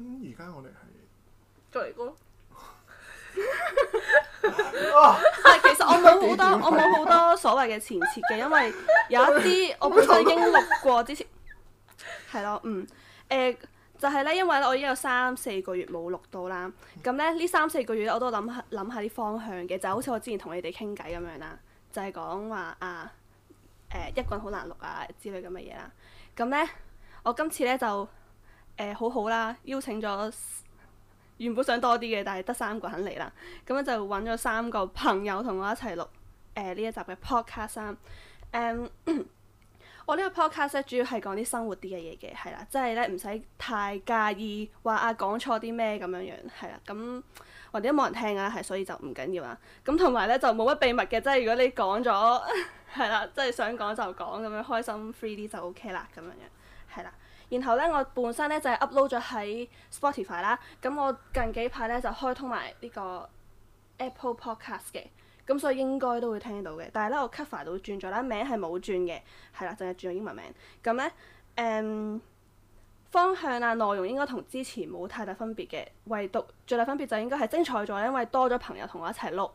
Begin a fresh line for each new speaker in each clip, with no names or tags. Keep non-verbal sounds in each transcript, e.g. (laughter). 咁而家我哋係
再嚟過咯。
啊，
但係其實我冇好多，我冇好多所謂嘅前設嘅，因為有一啲我本身已經錄過之前，係咯，嗯，誒、就係咧，因為咧我已經有三四個月冇錄到啦，咁咧呢三四個月咧我都諗下諗下啲方向嘅，就好似我之前同你哋傾偈咁樣啦，就係講話啊誒、一個人好難錄啊之類咁嘅嘢啦，咁咧我今次咧就誒、好好啦，邀請咗原本想多啲嘅，但係得三個人嚟啦。咁樣就揾咗三個朋友同我一齊錄呃誒呢一集嘅 podcast 啦。誒、 (coughs) 我呢個 podcast 咧主要係講啲生活啲嘅嘢嘅，係啦，即係咧唔使太介意話啊講錯啲咩咁樣樣，係啦，咁或者冇人聽啊，係所以就唔緊要啦。咁同埋咧就冇乜秘密嘅，即係如果你講咗 (laughs) 係啦，即係想講就講咁樣，開心 free 啲就 OK 啦，咁樣樣係啦。然後咧，我本身咧就係、upload 咗喺 Spotify 啦，咁我近幾排咧就開通埋呢、個 Apple Podcast 嘅，咁所以應該都會聽到嘅。但係咧，我 cover 到轉咗啦，名係冇轉嘅，係啦，淨係轉咗英文名。咁咧，誒、方向啊，內容應該同之前冇太大分別嘅，唯獨最大分別就應該係精彩咗，因為多咗朋友同我一齊錄。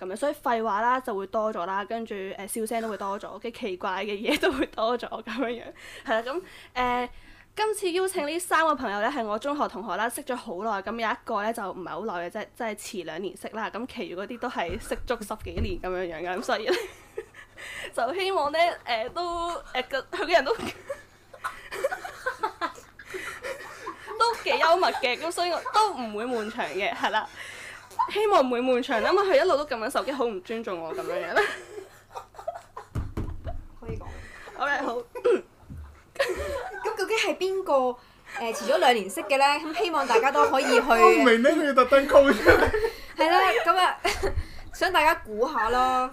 咁樣，所以廢話啦就會多咗啦，跟住誒笑聲都會多咗，嘅奇怪嘅嘢都會多咗咁樣樣，係啦，咁誒、今次邀請呢三個朋友咧，係我中學同學啦，識咗好耐，咁有一個咧就唔係好耐嘅啫，即係遲兩年識啦，咁其餘嗰啲都係識足十幾年咁樣樣嘅，咁所以咧 (laughs) 就希望咧誒、都誒個佢嘅人都 (laughs) 都幾幽默嘅，咁所以我都唔會悶場嘅，係啦，希望唔會悶場，因為佢一路都撳緊手機，好唔尊重我咁樣樣啦。 (laughs)
可以講。
好啦，好。
咁究竟係邊個誒遲咗兩年識嘅咧？咁希望大家都可以 (laughs) 去
(laughs) 我唔明呢佢要特登 call 出嚟，
係啦，咁啊 (laughs) 想大家估下咯。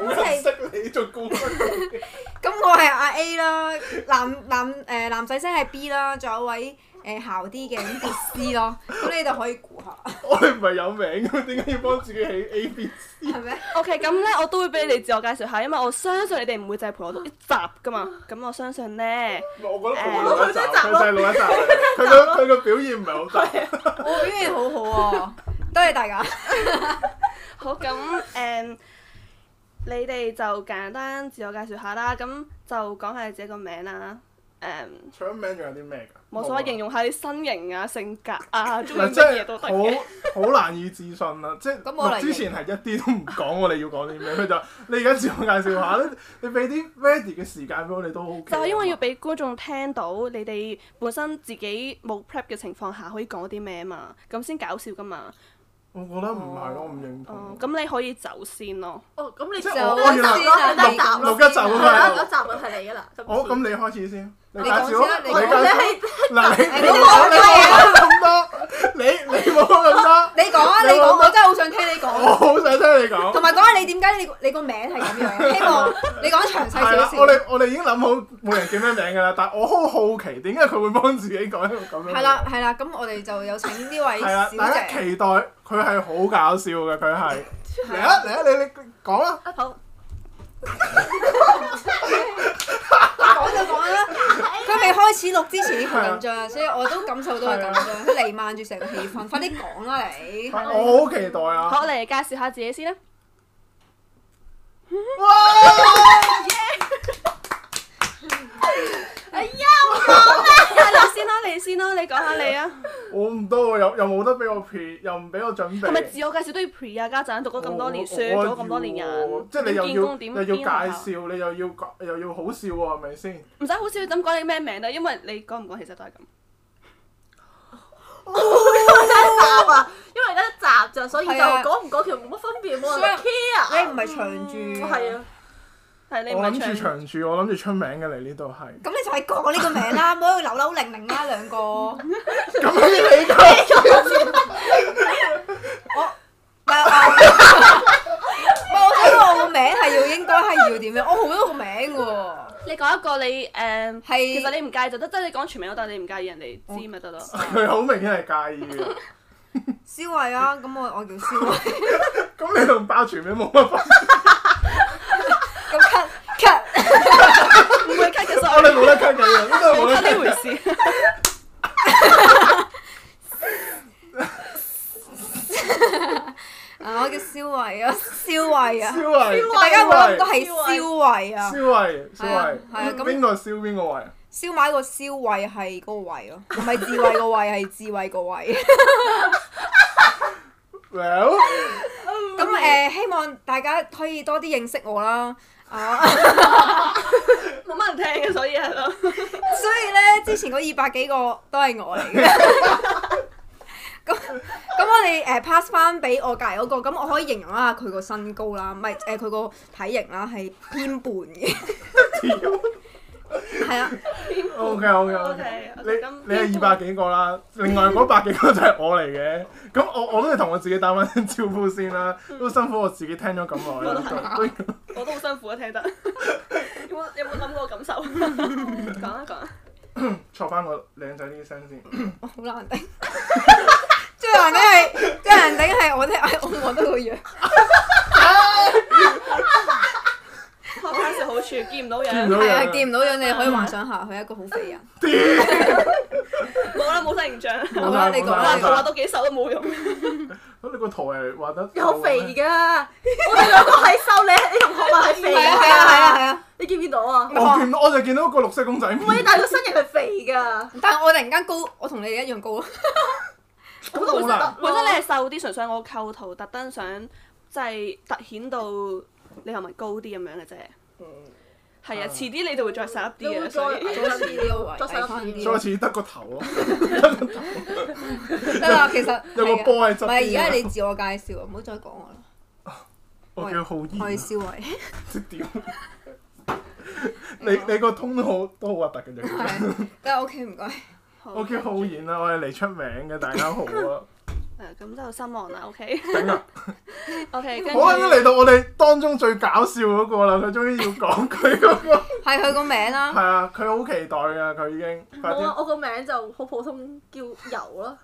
好難識你做顧問。
咁我係阿 A 啦，男男誒、男仔聲係 B 啦，仲有位誒姣啲嘅咁叫 C 咯。咁你哋可以估下，
我哋唔係有名嘅，點解要幫自己起 A B C？
係咪？
OK，咁咧我都會俾你自我介紹下，因為我相信你哋唔會淨係陪我讀一集噶嘛。咁我相信咧，
我覺得佢老一集，佢就係老一集嚟嘅，佢個佢個表現唔係好得。
我表現好好、喎，多謝大家。
好咁誒、你哋就簡單自我介紹下啦。咁就講下你自己個名啦。誒、
搶名仲有啲咩㗎？
冇所謂，形容下你身形啊、性格啊，中意
嗱，
乜
即
嘢都得嘅。
係好好難以置信啦！即係
咁我嚟
錄之前係一啲都唔講我哋要講啲咩，佢就話你而家自我介紹下啦，你俾啲 ready 嘅時間俾我哋都啊 O K。
就係因為要俾觀眾聽到你哋本身自己冇 prep 嘅情況下可以講啲咩嘛，咁先搞笑噶嘛。
我覺得唔係咯，我唔認
哦
同，。
咁你可以走先咯。
哦，咁你
即
就
係
我啊
我原來
得一集
錄錄一集咁
係啦，
樣
嗰。集就係你噶啦。今次
好，咁你開始先，你
你
介
講
紹
先啦你
我
講
哋
介紹。
係
(laughs)
嗱，你
你
你
講
冇
啊
講咁多，你你冇講咁多，
你講啊，你講，我真係好想聽你
我
講。
好想聽你
同
講。
埋講下你點解你你個名係咁樣，希望你講詳
係
細少
啦，
少。
我哋我哋已經諗好每人叫咩名㗎啦，但我好好奇點解佢會幫自己講一個咁樣嘅名。
係啦係啦，咁我哋就有請呢位
係啦
小，
大家
姐。
期待佢係好搞笑嘅，佢係
(laughs)
嚟啊嚟啊，你你講啦，
(laughs)
好。
講啊就講啦，佢未開始錄之前已經好緊張，所以我都感受到佢緊
啊
張，佢瀰漫住成個氣氛。快啲講啦你！
我好期待啊！
好，嚟介紹下自己先啦。 (laughs) 係你先啦，你先啦，你講下你啊，
我唔得喎，又又冇得俾我 pre，又唔俾我準
係咪
備。
自我介紹都要 pre 啊？家陣讀咗咁多年，
我
書咗咁多年
我
人，
即係你又
點見工點
要又要
邊
介
行
紹，你又要講又要好笑喎，係咪先？
唔使好少咁講你咩名啦，因為你講唔講其實都係咁。
集啊，因為得一集咋，所以就
係啊
講唔講其實冇乜分別，冇
所以
人 care。
你唔係長住，
係啊，
係你唔
我
係
諗住
唱
長住，我諗住出名嘅嚟呢度係。
(laughs) 咁你就係講呢個名啦，唔好喺度扭扭零零啦兩個。我
咁你講，
唔係我，唔係啊我想講我個名係要應該係要點樣？我好多個名喎，
你講一個你誒，
係
其實你唔介意就得，即係你講全名都得，你唔介意人哋知咪得咯。
佢好明顯係介意嘅。
肖慧啊，咁我我叫肖慧，
咁你同爆全名冇乜分
(laughs)
別，
咁 cut cut
唔會 cut 嘅，所
我哋
以
冇得傾偈嘅，呢度冇
冇
得
cut
傾
呢
偈。
回事。
慧啊，肖慧啊，
肖慧，
大家冇諗過
肖慧
係肖慧啊，
肖慧，肖
係啊
慧，
係啊咁
邊個肖邊個慧啊？
燒賣個燒慧係嗰個慧咯，唔係智慧個慧，係智慧個慧。
Well，
咁誒、希望大家可以多啲認識我啦。啊，
(laughs) 冇乜人聽嘅，所以係咯。
所以咧，之前嗰二百幾個都係我嚟嘅。 (laughs) 咁咁，我哋誒、pass 呃翻俾我隔離嗰個，咁我可以形容一下佢個身高啦，唔係呃誒佢個體型啦，係偏胖嘅，係啊，
O K O K O K，
OK，OK，
你
咁
你係二百幾個啦，另外嗰百幾個就係我嚟嘅。咁我我都要同我自己打翻招呼先啦，
嗯
都辛苦我自己聽咗咁耐
我都
(laughs)
啦。都都
我都好辛苦啊，聽得。 (laughs) 有冇有冇諗過感受？ (laughs) 講啦講啦。啊
坐翻個靚仔啲身先。
哇哦好難頂。 (laughs) 最難頂係最難頂係我哋嗌我我都個樣，
Podcast 嘅好處見唔到
見唔
樣，
到
係啊，
樣
見唔到樣，你可以幻想下佢係一個好肥人。
冇啦冇晒形象。
冇晒
你講
冇
啦
晒冇
你
畫
晒。
到幾手都冇用。
咁你個圖係畫得
有肥噶，我哋兩個喺收咧，你同學話係肥
係啊係啊係啊係
㗎，
啊！
你見唔見到啊？
我見到我就見到個綠色公仔
唔係，
面。
但係個身形係肥㗎，
但係我突然間高，我同你哋一樣高咯。
咁都
好
冇
難
得。
本身你係瘦啲，純粹我構圖特登想即係突顯到你係咪高啲咁樣嘅啫。係啊，
啊
遲啲你就會再瘦一啲嘅，所以
你嗯會再
好似呢個位
作勢
矮翻
有
所以
啲，
似得個頭咯，
得啦，其實
有個波喺
唔
側
係而
邊
家
啊。
係你自我介紹啊，唔好再講我啦。
我叫浩然
我係
啊，
肖偉，
即屌。你你個通都好都好核突嘅啫。
係得 OK 唔該。
好
我叫浩然啊，我係嚟出名嘅，大家好啊。
誒咁就失望啦。OK
(laughs)
頂啊！
OK，跟住
我已經嚟到我哋當中最搞笑嗰個啦，佢終於要講佢嗰個，
係佢個名
係
啦，
啊，佢好期待啊，佢已經快
冇啊！
啲，
我個名就好普通，叫油咯，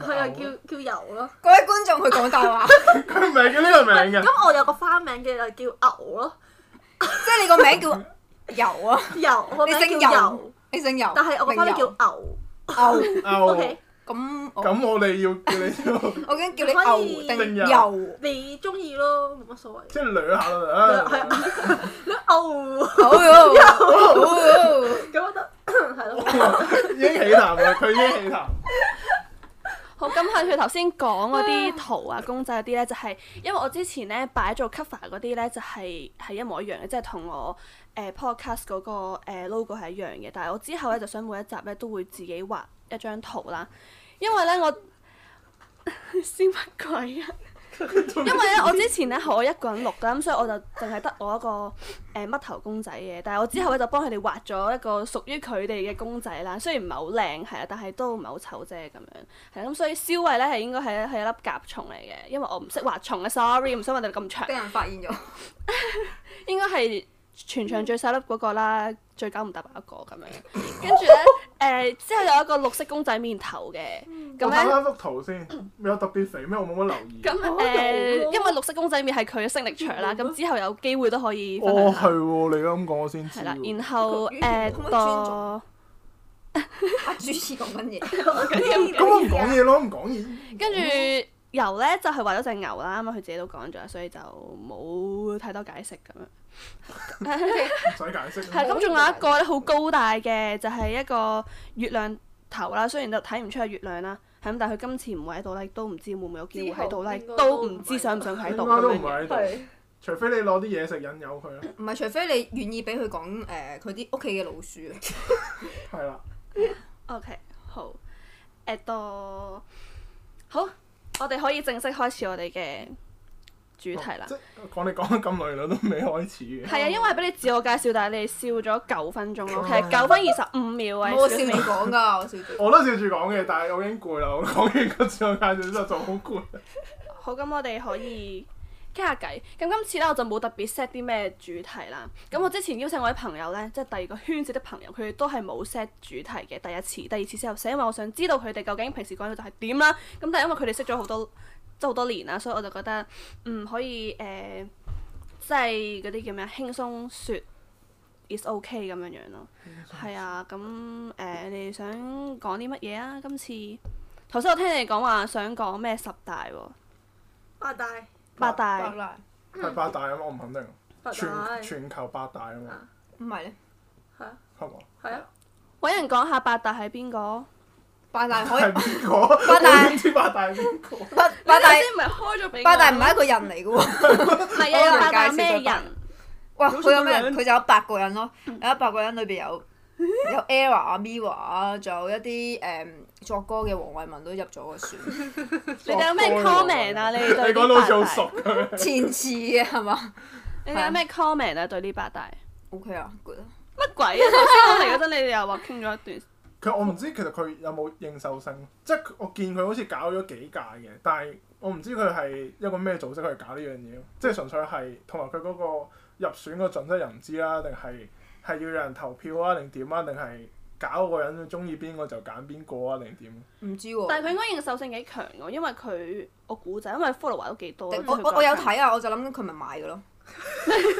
佢又叫叫油咯。
各位觀眾佢講大話，
佢唔係叫呢個名嘅，
咁我有個花名嘅就叫牛咯，
(laughs) 即係你個名叫油啊，
油我個
你姓
名叫
油
油，，
你姓油，
但係我個花名叫
名
牛。
油牛。
牛
OK，
咁我
咁我哋要叫你做
我已經叫你牛定
(laughs)
定
油，
你中意咯，冇乜所謂。
即係捋下啦，
係
啊
啊，牛
好喎好喎
咁我覺 (coughs) 得係咯，
已經起談啦，佢已經起談，
好，咁係佢頭先講嗰啲圖啊、公仔嗰啲咧，就係、因為我之前咧擺做 cover 嗰啲咧，就係、係一模一樣嘅，即係同我誒、呃 podcast 嗰、個、呃 logo 係一樣嘅。但係我之後咧就想每一集咧都會自己畫一張圖啦，因為咧我 (laughs) 笑乜鬼啊！因為咧，我之前咧係我一個人錄㗎，咁所以我就淨係得我一個誒乜、頭公仔嘅。但係我之後咧就幫佢哋畫咗一個屬於佢哋嘅公仔啦，雖然唔係好靚，係啊，但係都唔係好醜啫咁樣。係啊啦咁，所以燒位咧係應該係係一粒甲蟲嚟嘅，因為我唔識畫蟲嘅，sorry，唔想啊問你咁長
俾。人發現咗，
應該係全場最細粒嗰個啦，最九唔搭八嗰個
(laughs)
咁樣。跟住咧，誒、之後有一個綠色公仔面頭嘅，
我
嗯
咁
睇
哦
咧。
翻幅圖先，有特別肥咩？我冇乜留意。
咁誒、
我
啊
有
因
咯
為綠色公仔面係佢嘅升力場
嗯
啦，咁之後有機會都可以分
哦，
享下
係。喎，你咁講我先知
係
喎。
啦，然後誒
咦可唔可以尊
個
重阿主持講
(laughs)
緊嘢。
咁我唔講嘢咯，唔講嘢。
跟住油咧就係為咗只牛啦，咁佢自己都講咗，所以就冇太多解釋咁樣。
唔使解釋。
係咁，仲有一個咧好高大嘅，就係、一個月亮頭啦。雖然都睇唔出係月亮啦，係咁，但係佢今次唔會喺度啦，亦都唔知會唔會有機會喺度啦，亦
之後應該
都
都
唔知想唔想佢喺
應
度
該
咁
都
樣
唔
嘅。
係喺度，除非你攞啲嘢食引誘佢啊啦。
唔係，除非你願意俾佢講誒佢啲屋企嘅老鼠，啊
係啦，
OK，好，誒到好，我哋可以正式開始我哋嘅主題啦
即。係講你講咗咁耐啦，都未開始嘅。
係啊，因為俾你自我介紹，但係你笑咗九分鐘咯，
哦
其實九分二十五秒啊，
我笑
小
住
明
講㗎，我笑住。
我都笑住講嘅，但係我已經攰啦。我講完個自我介紹之後就好攰。
好，咁我哋可以傾下偈。咁今次咧，我就冇特別 set 啲咩主題啦。咁我之前邀請我啲朋友咧，即係第二個圈子的朋友，佢哋都係冇 set 主題嘅。第一次、第二次先有 set，因為我想知道佢哋究竟平時講嘢就係點啦。咁但係因為佢哋識咗好多，即係好多年啦，所以我就覺得嗯可以誒、呃即係嗰啲叫咩啊輕鬆説。is OK 咁樣樣咯，係啊，咁誒、呃你哋想講啲乜嘢啊？今次頭先我聽你講話想講咩十大喎，
八大
八
白
大
賴
係八大啊嘛，我唔肯定。
八大
全全球八大啊嘛，
唔係咧，
係啊
係嘛？
係啊，
揾人講下八大係邊個？
八大可以
係邊個？
八大
我唔知八大 (laughs) 係邊個？
八八大
你頭先唔係開咗俾我
八大唔係一個人嚟嘅喎，
唔係啊？有八大咩
我有人介紹
人？
哇！
有
佢
幾多
有咩
個人
人？佢就有八個人咯，有一百個人裏邊有有 Era 啊、Mira 啊，仲有一啲誒作歌嘅黃偉文都入咗
(laughs)
個選，
你哋有咩 comment 啊？你哋
你
對
講到好似好
呢八
熟
大？
咁樣。
前次嘅係嘛
你哋有咩 comment 啊？對呢八大？
？OK 啊，good 啊。
乜鬼 (laughs) 啊！頭先我嚟嗰陣，你哋又話傾咗一段。
佢我唔知其實佢有冇認受性，即係我見佢好似搞咗幾屆嘅，但係我唔知佢係一個咩組織去搞呢樣嘢，即係純粹係同埋佢嗰個入選個準則又唔知啦，定係係要有人投票啊，定點啊，定係搞嗰個人中意邊個就揀邊個啊，定點？
唔知喎，
但係佢應該認受性幾強嘅，因為佢我估就因為 follow 都幾多。
我我我有，睇啊，我就諗緊佢咪買嘅咯。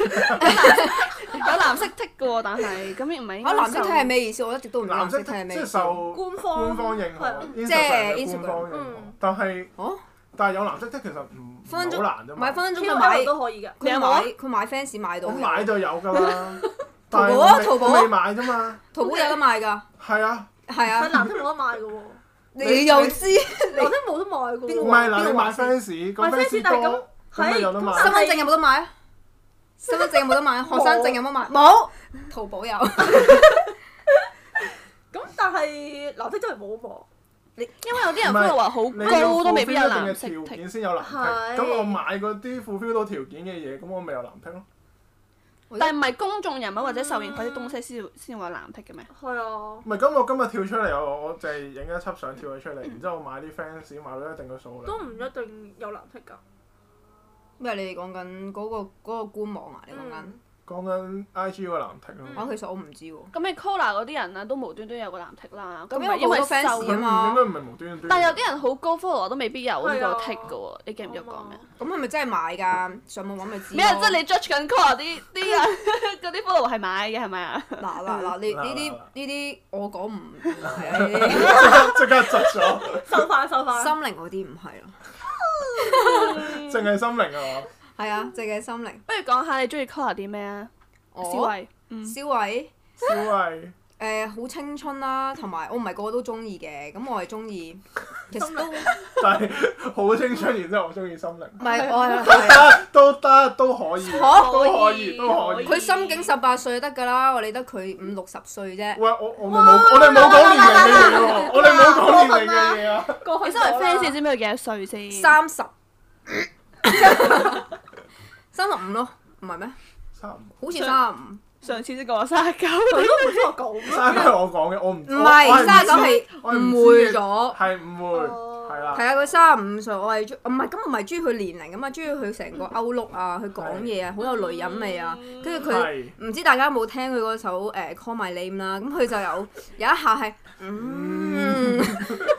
有藍色剔嘅喎，但係咁唔係應
嚇
該
啊藍色
受
睇係咩意思？我一直都唔知藍
藍
色
色
睇係
即
咩
係
意思。
受
官方
官方認
係
可
啊，
即
即係
係官
Instagram
方認可
嗯，
但係
哦，
但係有藍色剔其實唔唔
分分鐘
係好難啫
唔係
嘛，
分分鐘佢
Q
買
L 都可以㗎。
你有
佢
冇啊
買佢買 fans 買到
我
嘅，
買就有㗎啦。
淘寶啊
但係
淘寶
我
啊
未未買啫嘛，
淘寶有得賣㗎，
係啊。
係
但係
啊，
藍色冇得賣嘅喎，
你又知
藍色冇得賣嘅
唔
喎。
係
邊
嗱，
個
你
話
買
先
fans，咁
買 fans，但係咁
多，咁咪有得
係
買
咁
身
身
份
份
證
證
有
有
冇得買啊？身份證有冇得買？學生證有冇買？冇，淘寶有。 (laughs)
咁但係藍色真係冇喎。
因為有啲人
唔係
follow 話好
你要
高都未必有
fulfill 一定
藍色
嘅條
剔。
件先有藍剔，
係
咁我買嗰啲 fulfill 到條件嘅嘢，咁我咪有藍剔咯。
但係唔係公眾人物或者受認可啲東西先先會有藍剔嘅咩？
係啊，
唔係咁，我今日跳出嚟，我我就係影一輯相跳咗出嚟，然之後我買啲 fans 買到一定嘅數
都
量。
唔一定有藍剔㗎。
咩？你哋講緊嗰個嗰個官網啊？你講緊
嗯，
講緊 IG 個藍剔
啊？
咯，
其實我唔知喎。
咁你 Cola 嗰啲人啊，都無端端有個藍剔啦。咁
咁
唔係
因為
因為
好多 fans
佢
受
啊，
唔應該唔係無端端。
但係有啲人好高 follow 都未必有呢個
係啊
tick 嘅喎。你記唔記得我講咩？啊
咁係咪真係買㗎？上網揾咪知咯。
咩啊？即係你 judge 緊 Cola 啲啲 (laughs) 人嗰啲 follow 係買嘅係咪啊？
嗱嗱嗱，你
嗱嗱嗱
呢啲呢啲我講唔係啊， (laughs) 呢
(laughs)
啲
即刻 (laughs) 即刻窒咗，
收翻收翻。
心靈嗰啲唔係咯。
淨係心靈啊嘛。
係啊，淨係心靈。
不如講下你中意 Cola 啲咩啊？
我
思慧，嗯，
小偉。
小慧，
誒好、青春啦、同埋我唔係個個都中意嘅，咁我係中意，其實都唔
但係好青春，然之後我中意心靈，啊
係我係係
都得都可以，
嚇
都可以都可以。
佢心境十八歲得㗎啦，我理得佢五六十歲啫。
喂，我我咪冇，我哋冇講年齡嘅嘢喎，我哋冇講年齡嘅嘢啊。
過
你
去
身為 fans 你知唔知佢幾多歲先？
三十， (laughs) 三十五咯，唔係咩？
三唔
好似三十五，
上次先講我三 (laughs) 十九，
佢都冇聽我講咩？
三係我講嘅，我唔
唔係三十九係
我係唔知
誤會咗。
係誤會，
哦
係啦
係。啊，佢三十五歲，我係中，唔係咁唔係中意佢年齡咁啊，中意佢成個歐陸啊，佢講嘢啊，好有女人味啊，跟住佢
係
唔知大家有冇聽佢嗰首誒、Call My Name 啦，咁佢就有有一下係 (laughs) 嗯，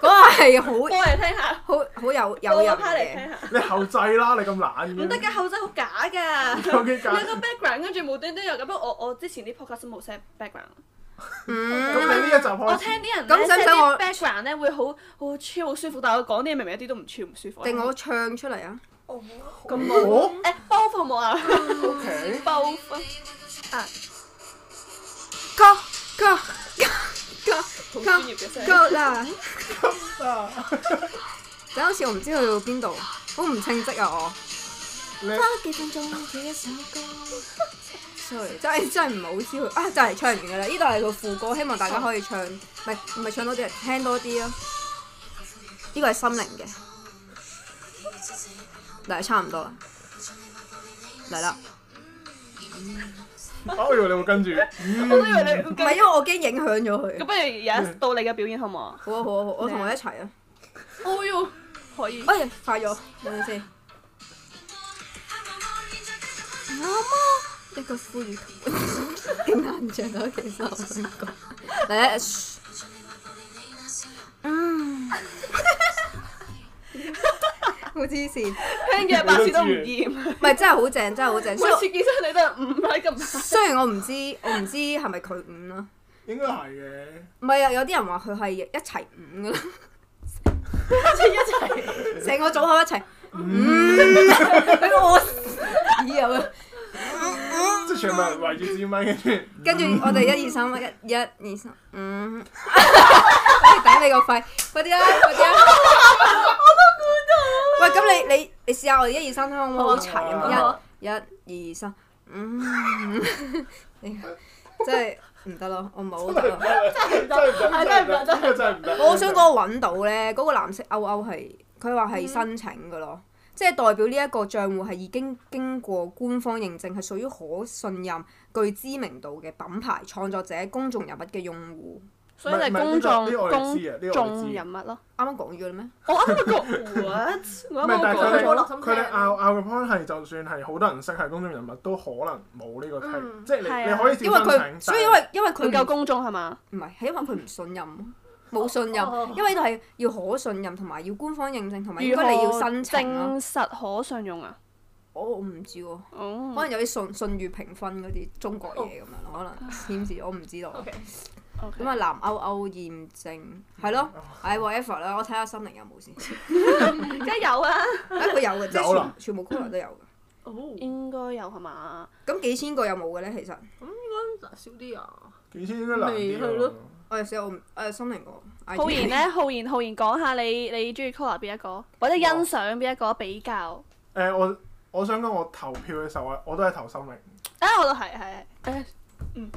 嗰下係好
播嚟聽下，
好好有有
播
人
個 part 嚟
嘅
聽，下。
你後製啦，你咁懶嘅，
唔得㗎，後生好假 (laughs) 㗎。
有幾
有
假？
個 background，跟住無端端又咁樣。我我之前啲 podcast 都冇 set background。
嗯，
咁你呢一集
我
開
聽
始，
啲人
咁
咧
使唔
set
使
啲
我
background 咧會好好 chill 好舒服，但係我講啲嘢明明一啲都唔 chill 唔舒服。啊
定我唱出嚟啊？
咁我
誒 both 好冇
(laughs)
哦
啊 (laughs)
OK，
？both
歌歌歌
好專業
歌
嘅聲。
歌啦！
啊
等好似我唔知去到邊度，好唔稱職啊我。
你
花幾分鐘寫一首歌。sorry，真係真係唔好知佢啊！就嚟唱完㗎啦，呢度係個副歌，希望大家可以唱，唔係唔係唱多啲，聽多啲咯。呢個係心靈嘅，嚟差唔多啦，嚟啦。
哦我以為你會跟住，嗯
我都以為你
唔係因嗯為我驚影響
咁
咗佢。
不如有一到你嘅表演好唔好啊？
好啊好啊好啊，我同佢一齊啊！
哦呦，可以。
哎呀，快咗，等陣 (laughs) 先。媽媽，一個呼籲同硬唱到其實我想講，嚟啊！噓嗯，好黐線，唔
(laughs) 聽嘅百事都唔
(laughs)
厭。啊
係真係好正，真係好正。雖
每
然
次見親你都係五米咁。
雖然我唔知，我唔知係咪佢五啦。
應該係嘅。
唔係啊，有啲人話佢係嗯一齊五噶啦，一齊一齊，成個組合一齊五。 (laughs) 俾我屎咁樣
即係全部人圍住支咪，跟住
跟住我哋一二三，一一二三，嗯， (laughs) 頂你個肺，快啲啦，啊快啲啦！我都估到。喂，咁你你你試下我哋一二三三好唔好？好齊
好啊
好
咁
啊
一、一、二、三，嗯， (laughs) 你真係唔得咯，我冇得咯。
真係唔得，真係
係真係
唔
唔
得，
得
真係真係唔得。
我想講我揾到咧，嗰、個藍色勾勾係佢話
嗯
係申請嘅咯，即係代表呢一個賬户係已經經過官方認證，係屬於可信任、具知名度嘅品牌創作者、公眾人物嘅用戶。
(laughs) 所以就係公
唔係唔係呢個呢
眾
個我哋知啊呢
公
個我哋知
眾人物咯。
啱啱講咗啦咩？
我啱啱講 (laughs) what？我
唔
啱
係，但係
啱
佢
佢
哋冇
講
落
哋
心
佢哋
聽
拗拗嘅 point 係，就算係好多人識係公眾人物，都可能冇呢個聽，
嗯
即係
係
你
啊
你可以自
因為
申
佢，
請，
所以因為因為
佢
佢
唔夠公眾係嘛？
唔係係因為佢唔信任，冇信任，
哦
因為呢度係要可信任同埋要官方認證同埋應
如何
該你要申請咯。
證實可信用啊？
我我唔知喎，
哦
可能有啲信信譽評分嗰啲中國嘢咁樣咯，可能添字我唔 (laughs) 知道。
OK，
，OK
咁啊，南歐歐驗證係咯，唉 whatever 啦，我睇下心靈有冇先。
梗係有啊，
啊，佢有嘅，即
有
係
啦
全全部 color 都有嘅。
哦，咁
應該有係嘛？
咁幾千個有冇嘅咧？其實
應該少啲啊。
幾千應該難啲
未係
喎
咯。
我有時我唔誒心靈個
浩
IG
然咧，浩然浩然講下你你中意 Cola 邊一個，或者欣賞邊一個比較？
誒，我我想講我投票嘅時候啊，我都係投心靈。
啊，我都係係誒
嗯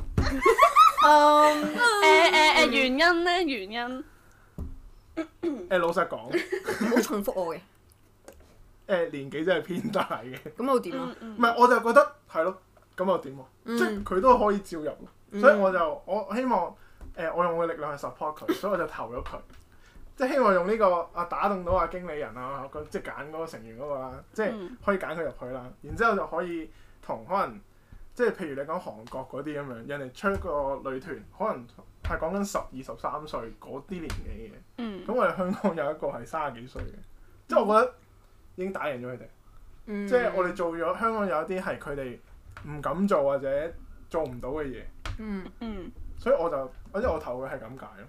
誒誒原因咧，原因
嗯
誒，老實講，
(laughs) 唔好重複我嘅，
誒年紀真係偏大嘅，
咁我點啊
嗯？嗯
唔係我就覺得係咯，咁又點啊？即係
嗯
佢都可以照入咯，所以我就我希望誒我用我嘅力量去 support 佢，所以我就投咗佢，即係希望用呢個啊打動到啊經理人啊，個即係揀嗰個成員嗰個啦，即係
嗯
可以揀佢入去啦，然之後就可以同可能即係譬如你講韓國嗰啲咁樣，人哋出一個女團，可能係講緊十二十三歲嗰啲年紀嘅。
嗯
咁我哋香港有一個係三十幾歲嘅，即係我覺得已經打贏咗佢哋。
嗯
即係我哋做咗香港有一啲係佢哋唔敢做或者做唔到嘅嘢，
嗯
嗯，
所以我就或者我投嘅係咁解咯。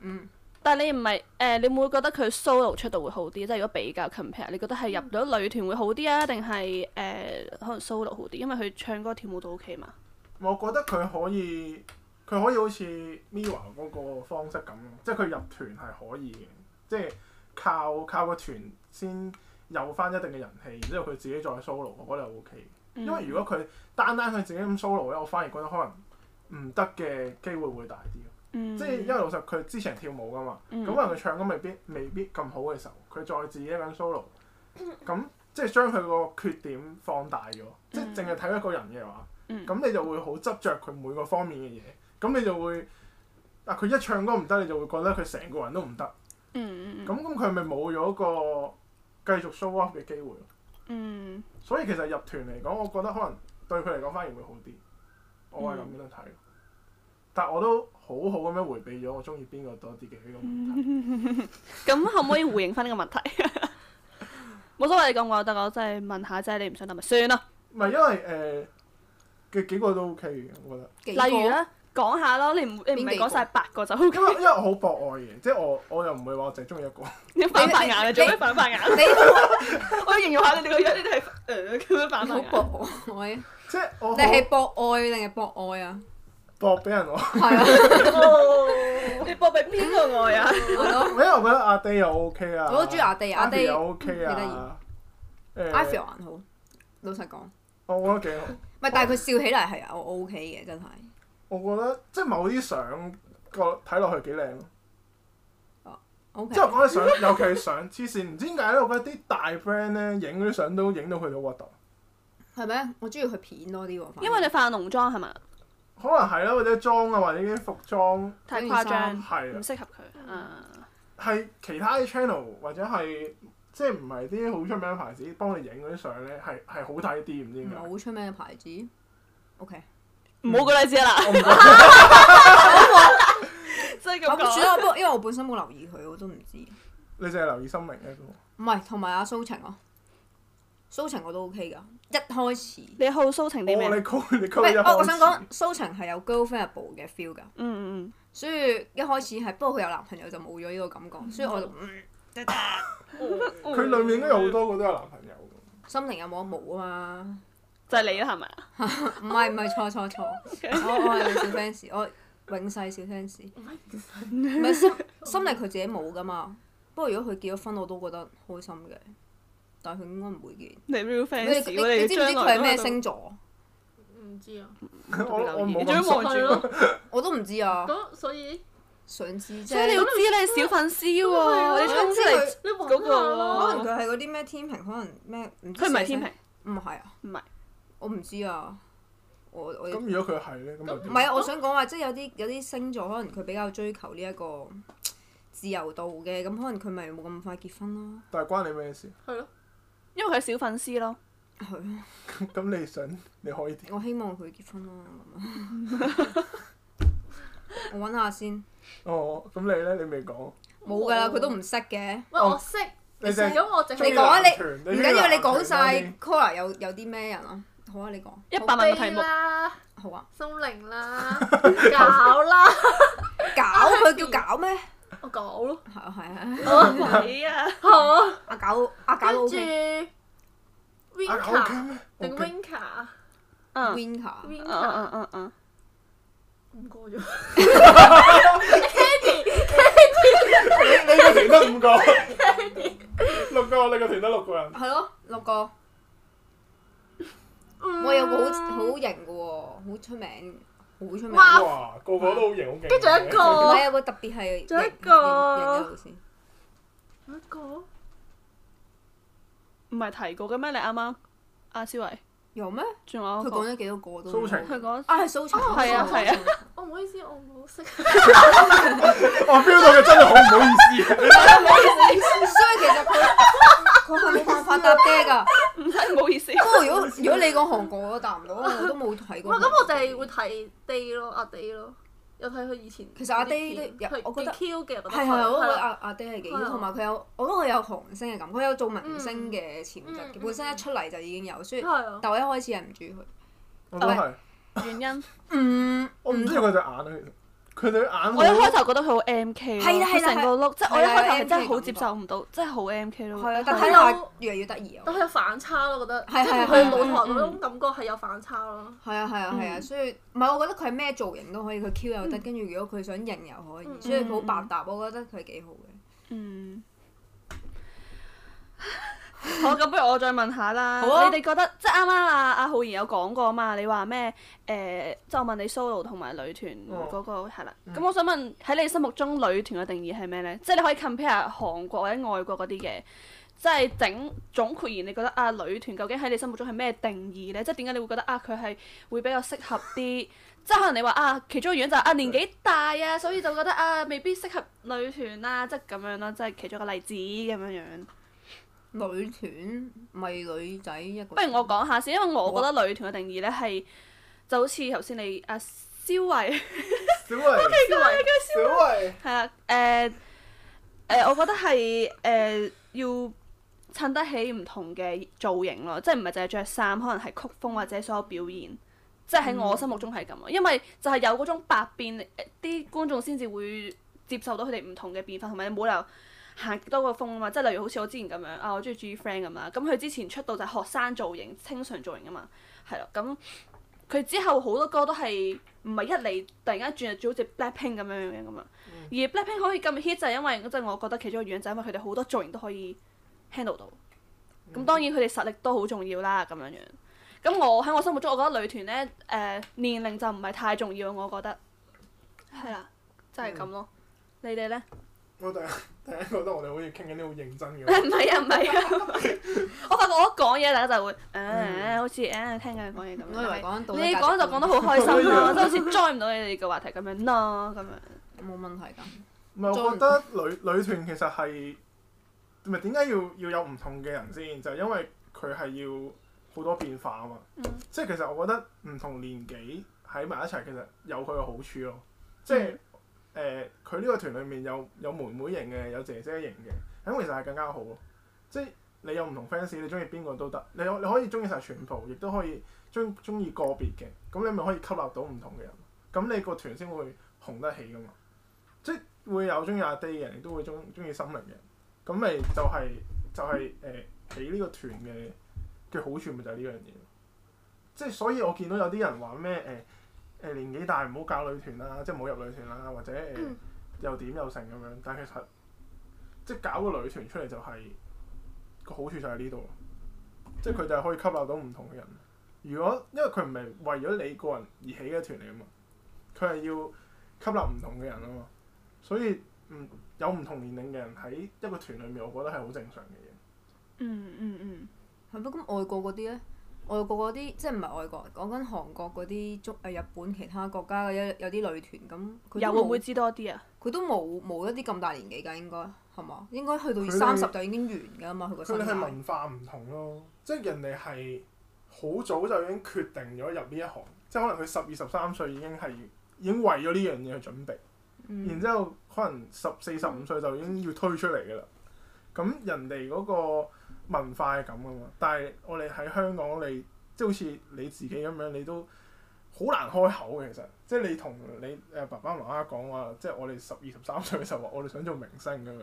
嗯
但係你唔係誒，你會唔會覺得佢 solo 出道會好啲？即係如果比較 compare，你覺得係入咗女團會好啲啊，定係誒可能 solo 好啲？因為佢唱歌跳舞都 OK 嘛。
我覺得佢可以，佢可以好似 Miwa 嗰個方式咁咯，即係佢入團係可以嘅，即係靠靠個團先有翻一定嘅人氣，然之後佢自己再 solo，我覺得 O K。因
嗯
為如果佢單單佢自己咁 solo 咧，我反而覺得可能唔得嘅機會會大啲咯。
嗯
即係因為老實佢之前係跳舞噶嘛，咁啊
嗯
可能佢唱歌未必未必咁好嘅時候，佢再自己一個人
(coughs)
solo，咁即係將佢個缺點放大咗，即係淨係睇一個人嘅話，
嗯
咁你就會好執着佢每個方面嘅嘢，咁你就會啊佢一唱歌唔得，你就會覺得佢成個人都唔得，
嗯嗯
咁咁佢咪冇咗個繼續 show off 嘅機會咯。
嗯
所以其實入團嚟講，我覺得可能對佢嚟講反而會好啲，我
嗯
係咁樣睇。但我都好好咁樣迴避咗我中意邊個多啲嘅呢個
嗯
問題。
咁可唔可以回應翻呢個問題？ (laughs) 冇所謂，你講我得，我真係問下啫。你唔想答咪算啦。
唔係因為呃誒嘅、幾個都 OK 嘅，我覺得。
例
例如咧，講下咯，你唔你唔
邊
係
幾個
講晒八個就啊 OK。
因
(laughs)
為因為我好博愛嘅，即係我我又唔會話我淨係中意一個。 (laughs)
你反白眼啊？
你
做咩反白眼？ (laughs)
你啊
我要形容下你哋個樣，你哋係 (laughs) 誒咁樣反白
好
眼。啊
博愛，啊
即係我好
你係博愛定係博愛啊？
博俾
(laughs)
人我，
係啊，
你搏俾邊個愛啊？
係咯，
因為我覺得阿 Day 又 OK 啊，
我都中意阿地，阿地嗯
Ivy 又 OK
幾得
啊
意。
誒
i v y 還好，老實講，唔
我覺得幾好。
係，但係佢笑起嚟係我 O K 嘅，真係。
我覺得即係某啲相個睇落去幾靚咯。
O K
即。係我講起相， (laughs) 尤其係相黐線，唔知點解咧？我覺得啲大 brand 咧影嗰啲相都影到佢哋好核突，
係咩？我中意佢片多啲喎。反而
因為你化濃妝係嘛？
可能係啦，或者妝啊，或者啲服裝
太誇
嗯
張，
係
唔
啊，
適合佢。啊，
係其他啲 channel 或者係即係唔係啲好出名嘅牌子幫你影嗰啲相咧，係係好睇啲，唔知點
唔
解
係。好出名嘅牌子。O K。
唔好舉例子啦， (laughs)
我唔覺，
即係咁講。
我唔知啊啦，不過因為我本身冇留意佢，我都唔知。
你淨係留意心靈嘅啫喎
唔係，同埋阿蘇晴啊，蘇晴我都 O K 㗎。一開始，唔
你好蘇晴啲咩
哦，？你高你高一
係，我我想
開始
講蘇晴係有 girlfriend 部嘅 feel 㗎，
嗯嗯
所以一開始係，不過佢有男朋友就冇咗呢個感覺，所以我就嗯。
嗯。
佢裡面應該有好多個都有男朋友㗎。
心靈有冇冇啊嘛？
就係你啦，係咪啊？
唔
哦
係唔係錯錯錯，
(laughs)
我我係小 fans，我永世小 fans。唔係心心靈佢自己冇噶嘛，不過如果佢結咗婚，我都覺得開心嘅。但係佢應該唔會結。
你 real fans，
你你
如果你
你知唔知
將
佢
來
係
都
咩
度
星座？
唔知啊，
我我冇
嗯你仲要
咁
望
熟，
係咯
住，
我都唔知啊，
咁所以
想知啫。
所以你要知你係小粉絲喎，你衝出嚟，
你揾
嗰個
下咯
可，能佢係嗰啲咩天平，可能咩唔知
佢唔係
寫
天
成
平，
唔係啊，
唔係
我唔知啊，我我
咁如果佢係咧，咁就
唔
點
係啊，我想講話，即係有啲有啲星座可能佢比較追求呢一個自由度嘅，咁可能佢咪冇咁快結婚咯。
但係關你咩事？
係咯，
因為佢係小粉絲咯。
係啊，
咁咁你想你可以點？
我希望佢結婚咯。
(laughs)
咁樣我揾下先，
哦，咁你咧你未講，
冇㗎啦，佢都唔識嘅。
喂，
哦
我識，
你淨係
咁我淨
你
係
講啊，
你
你唔緊要，你
你
講晒
你
Cola 有有啲咩人啊？好啊，你講
一百萬個題目
好悲，啦，
好啊，
心靈啦，搞啦，
搞
啊
佢叫搞咩？
我搞咯，
係啊係啊，
(laughs) 你啊，
好，
阿搞阿搞都
哦跟住
OK。
啊好 OK
Winka
咩
定
？OK
Winka，Winka
w
嗯
i n k e
嗯嗯嗯嗯，
唔過咗，
你你個團得五個，六個，你個團得六個人。
係咯，六個。
嗯
我有個好好型嘅喎，好出名，好出名。
哇
哇，個個都好型，好勁。
跟住一
唔
個，
係有個特別係
仲有一
型
個
型人嘅先，
一個
唔係提過嘅咩？你啱啱阿思維，
有咩？
仲有
佢
一個
講咗幾多個都冇。
蘇晴
佢講 (laughs)
啊，係蘇晴。
哦係啊係
啊。
我唔好意思，我唔好識，
我 feel 到佢真係好唔好意思啊！
所以其實佢
(laughs)
佢係冇辦法搭爹㗎。
唔係唔好意思，
不過如果如果你講韓國，我答唔到，我都冇睇過。
哇，咁我就係會睇 Day 咯，阿 Day 咯，有睇佢以前
其實阿
啲
Day
片
都有我
佢
覺得
幾 Q 嘅，我覺得
係係，
佢
我覺
係
得
啊
阿阿爹係幾
係啊
好，同埋佢有，我覺得佢有韓星嘅感覺，佢有做明星
嗯
嘅潛質嘅，
嗯
本身一出嚟就已經有，所以
係啊，
但我一開始係唔中意佢。
我都係，
原因
嗯，
我唔中意佢隻眼啊，其實佢對眼好
(laughs) 我一開頭覺得佢好 M K 咯，
係啦係
佢
啦
成個 look，即係我
係
一
啦
開頭係
MK
真係好接受唔到，真係好 M K 咯。
係啊，但
係
睇
啊
落越嚟越得意啊。
但佢有反差咯，我覺得，即
係係係
係同佢舞台嗰
嗯
種感覺係有反差咯。
係啊係啊
嗯
係啊，所以唔係我覺得佢係咩造型都可以，佢 Q 又得，跟住如果佢想型又可以，
嗯
所以佢好百搭，我覺得佢係幾好嘅。
嗯，好，咁不如我再問下啦。
好啊
你哋覺得即係啱啱阿阿浩然有講過嘛？你話咩？誒、即係我呃問你 solo 同埋女團
哦
嗰、個係啦。
嗯
咁、我想問喺你心目中女團嘅定義係咩呢？即係你可以 compare 韓國或者外國嗰啲嘅，即係整總括而言，你覺得啊女團究竟喺你心目中係咩定義呢？即係點解你會覺得啊佢係會比較適合啲？ (laughs) 即係可能你話啊，其中一個原因就係、啊年紀大啊，所以就覺得啊未必適合女團啊，即係咁樣咯，即係其中一個例子咁樣樣。
女團咪女仔一個，
不如我講下先，因為我覺
啊
得女團嘅定義咧係就好似頭先你啊阿肖維
小維，
因為
小維，
係啦，誒誒、我覺得係誒、要襯得起唔同嘅造型咯，即係唔係淨係着衫，可能係曲風或者所有表現。即係喺我心目中係咁啊，因為就係有嗰種百變，誒啲觀眾先至會接受到佢哋唔同嘅變化，同埋你冇理由行極多個風啊嘛。即係例如好似我之前咁樣啊，我中意 G Friend 咁啦，咁佢之前出道就係學生造型、清純造型啊嘛，係咯。咁佢之後好多歌都係唔係一嚟突然間轉就轉好似 Blackpink 咁樣樣咁啊。而 Blackpink 可以咁 hit 就係因為即係我覺得其中一個原因就係因為佢哋好多造型都可以 handle 到。咁當然佢哋實力都好重要啦，咁樣樣。咁我喺我心目中，我覺得女團咧，誒、年齡就唔係太重要，我覺得係啦，就係咁咯。你哋咧？
我突然突然覺得我哋好似傾緊啲好認真
(laughs)
嘅。
唔係啊，唔係 (laughs) 啊！我發覺我一講嘢，大家就會誒、
嗯
好似誒、聽緊佢講嘢咁
我以為
樣。
講到
你講就講得好開心 (laughs) 咯，即係好似 join 唔到你哋嘅話題咁樣咯，咁樣。
冇問題㗎。
唔係，我覺得女女團其實係唔係點解要要有唔同嘅人先？就係因為佢係要好多變化啊嘛。
嗯
即係其實我覺得唔同年紀喺埋一齊，其實有佢嘅好處咯。即係誒，佢呢個團裡面有有妹妹型嘅，有姐姐型嘅，咁其實係更加好咯。即係你有唔同 fans，你中意邊個都得，你有你可以中意晒全部，亦都可以中中意個別嘅，咁你咪可以吸納到唔同嘅人，咁你個團先會紅得起噶嘛。即係會有中意阿 Day 嘅人，亦都會中中意心靈嘅，咁咪就係、就係、誒、起呢個團嘅嘅好處咪就係呢樣嘢。即係所以我見到有啲人話咩誒誒年紀大唔好搞女團啦，即係唔好入女團啦，或者誒、呃又點又成咁樣。但係其實即係搞個女團出嚟就係、個好處就喺呢度，即係佢就係可以吸納到唔同嘅人。如果因為佢唔係為咗你個人而起嘅團嚟啊嘛，佢係要吸納唔同嘅人啊嘛，所以唔有唔同年齡嘅人喺一個團裏面，我覺得係好正常嘅嘢。
嗯嗯嗯，
係咯，咁外國嗰啲咧，外國嗰啲即係唔係外國，講緊韓國嗰啲中誒日本其他國家嘅有有啲女團咁，佢
又
都
會唔會
冇
知多啲啊？
佢都冇冇一啲咁大年紀㗎，應該係嘛？應該去到
佢哋
三十就已經完㗎嘛，佢個
佢
生
哋係
涯。
文化唔同咯，即係人哋係好早就已經決定咗入呢一行，即係可能佢十二十三歲已經係已經為咗呢樣嘢去準備，然之後可能十四十五歲就已經要推出嚟㗎啦。咁人哋嗰個文化係咁㗎嘛，但係我哋喺香港，你即係好似你自己咁樣，你都好難開口嘅其實，即係你同你誒爸爸媽媽講話，即係我哋十二十三歲嘅時候話我哋想做明星咁樣。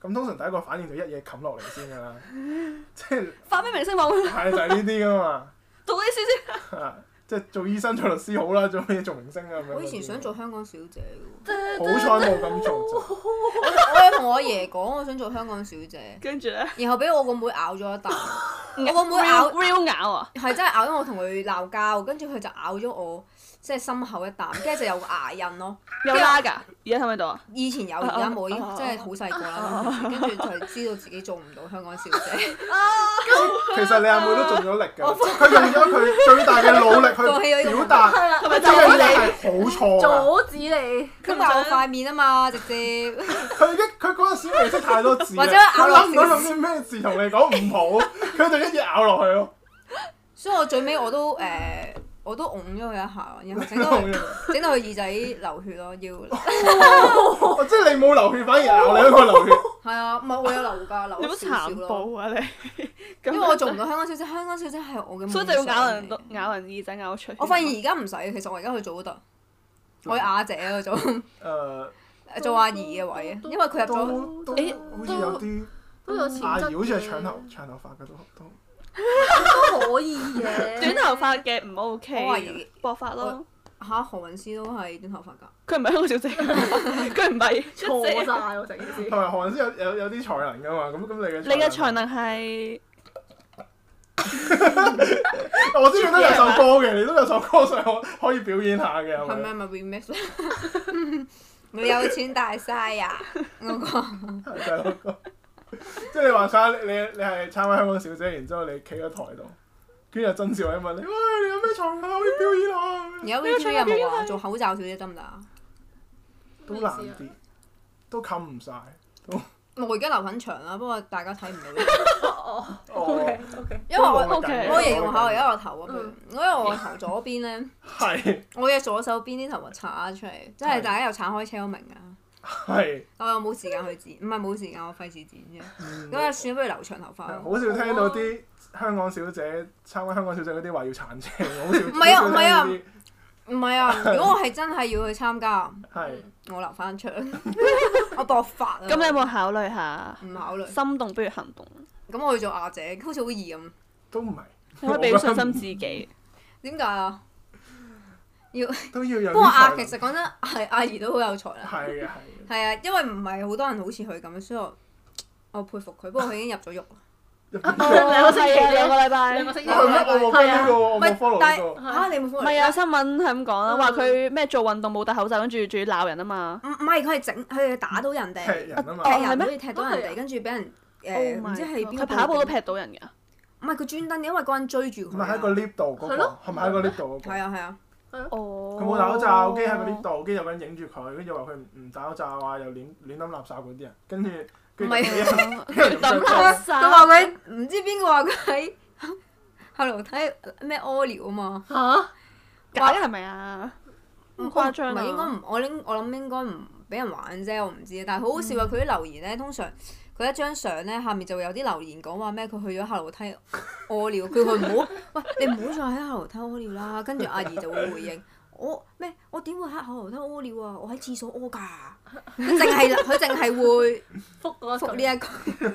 咁通常第一個反應就一嘢冚落嚟先㗎啦， (laughs) 即係
發咩明星冇？
係就係呢啲㗎嘛
讀呢先先，
啊，即係做醫生做律師好啦，做咩做明星啊咁樣。
我以前想做，香港小姐㗎喎，
好彩冇咁做
(laughs)
啫。
我有同我阿爺講我想做香港小姐，
跟住咧，
然後俾我個妹咬咗一
(laughs)
啖，我個妹咬
real 咬
(laughs)
啊！
係真係咬咗我同佢鬧交，跟住佢就咬咗我即係心口一啖，跟住就有個牙印咯。
有拉㗎，而家睇唔睇到啊？
以前有，
啊啊
而家冇，已
啊
經
啊
真係好細個啦。跟住就知道自己做唔到香港小
(laughs)
姐，
其實你阿妹都盡咗力㗎，即係佢用咗佢最大嘅努
放
力
棄咗
去
呢個
表達，
係啦，啊
同埋
呢樣
就
嘢係好錯㗎。
阻止你。
咁咬我塊面啊嘛，直接 (laughs)
佢已經佢嗰陣時未識太多字啦，啊
或者咬
佢
落
諗唔到
少
用啲咩字同你講唔好，佢就一嘢咬落去
(laughs)
咯。
所以我最尾我都誒、呃我都拱咗佢一下，然後整到
(laughs)
佢整到佢耳仔流血咯，要 (laughs)
哦即係你冇流血，反而咬你一個流血。
係啊，唔係我有流㗎，
你
流
好
咗少少
殘
咯。
暴啊你！ (laughs)
因為我做唔到香港小姐，香港小姐係我嘅夢想嚟，
所以就要咬人咬人耳仔咬出血。
我發現而家唔使，其實我而家去做都得， (laughs)
哦
我係阿姐嗰種
誒，
做阿姨嘅位，因為佢入咗。
都都
誒
好似有啲。
都有潛質
嗯
啊
阿
嘅
姨好似啊係長頭長頭髮嘅都都，
都可以
(laughs) 短
(laughs) 嘅。
頭髮嘅唔 OK，
我懷疑
薄髮咯。
嚇何韻詩都係短頭髮㗎，
佢唔係香港小
(laughs)
姐，佢唔係
(laughs)
啊
錯晒喎成件事。
同埋韓先有有有啲才能噶嘛，咁咁你嘅
你嘅才，能係
我知佢都有首歌嘅，你都有首歌上可 (laughs) 可以表演下嘅，係
係
咪
咪？咪 remix？你 (laughs) 有錢大晒啊！嗰個
就係嗰個即係你話晒你你你係參加香港小姐，然之後你企喺台度，跟住有曾志偉問你，喂，你有咩才能啊可以表演下咁
而
樣？
家 VTV 有冇啊話做口罩小姐得唔得啊？
都難啲，都冚唔
(laughs)
晒。
我而家留緊長啦，不過大家睇唔到，
哦
哦，
OK。
因為我
(laughs)
OK
我
嗯
形容下我而家個頭咁樣，因為我個頭左邊咧，
係
我嘅左手邊啲頭髮鏟出嚟，即係大家又鏟開車都明啊！
係，
我又冇時間去剪，唔係冇時間，我費事剪啫。咁
嗯
啊，算啦，不如留長頭髮啦。
好少聽到
啊
啲香港小姐參加香港小姐嗰啲話要撐車，
(laughs)
好少。
唔係啊
好少聽
唔係啊
呢啲
唔係啊，如果我係真係要去參加，
係。
我留翻長，我薄髮啊。
咁，你有冇考慮下？
唔考慮？
心動不如行動，
咁我去做亞姐，好似好易咁。
都唔係，
你可以俾信心自己。
點解啊？要
都要有啲
不過
才
阿
能。
其實講真，係阿怡都好有才能。
係嘅，係嘅。
係啊，因為唔係好多人好似佢咁，所以我我佩服佢。不過佢已經入
(laughs)
咗獄啦。
兩個星期
係啊 (laughs) 兩個
啫，
禮拜
兩。個星期
啊我係咩？我冇跟呢個，我
唔
冇
啊係
follow
但
呢
係
個。
嚇啊你冇 follow
唔係有啊新聞係咁講
嗯
啦，話佢咩做運動冇戴口罩，跟住仲要鬧人啊嘛。
唔唔係佢係整佢係打到人哋，
踢人啊嘛
踢
哦係
人
咩
好似踢到人哋，跟住俾人
Oh
誒
my
唔知係邊
god，
個
佢跑步都劈到人㗎。
唔係佢專登嘅，因為嗰人追住
唔
佢
係
啊。
喺個 lift 度嗰
係
個
咯，
係咪喺個 lift 度嗰個
係？啊係
(laughs)
啊，
哦。
佢冇戴口罩，跟住喺個 (laughs) lift 度，跟住有個人影住佢，跟住話佢唔唔戴口罩啊，又亂亂抌垃圾嗰啲人，跟住跟住
哦唔係
俾
(laughs)
人
佢抌垃圾。
佢話佢唔知邊個話佢喺 (laughs) 後樓梯咩屙尿啊嘛，
嚇
假係咪啊？
嗯
咁誇張
唔
啊！
係應該唔我應我諗應該唔俾人玩啫，我唔知啊。但係好好笑啊！佢啲留言咧，通常佢一張相咧，下面就會有啲留言講話咩，佢去咗後樓梯屙尿，叫佢唔好喂你唔好再喺後樓梯屙尿啦。跟住阿姨就會回應。我咩？我點會喺後樓梯屙尿啊？我喺廁所屙㗎，佢淨係佢淨係會
復嗰
復
個
呢一句，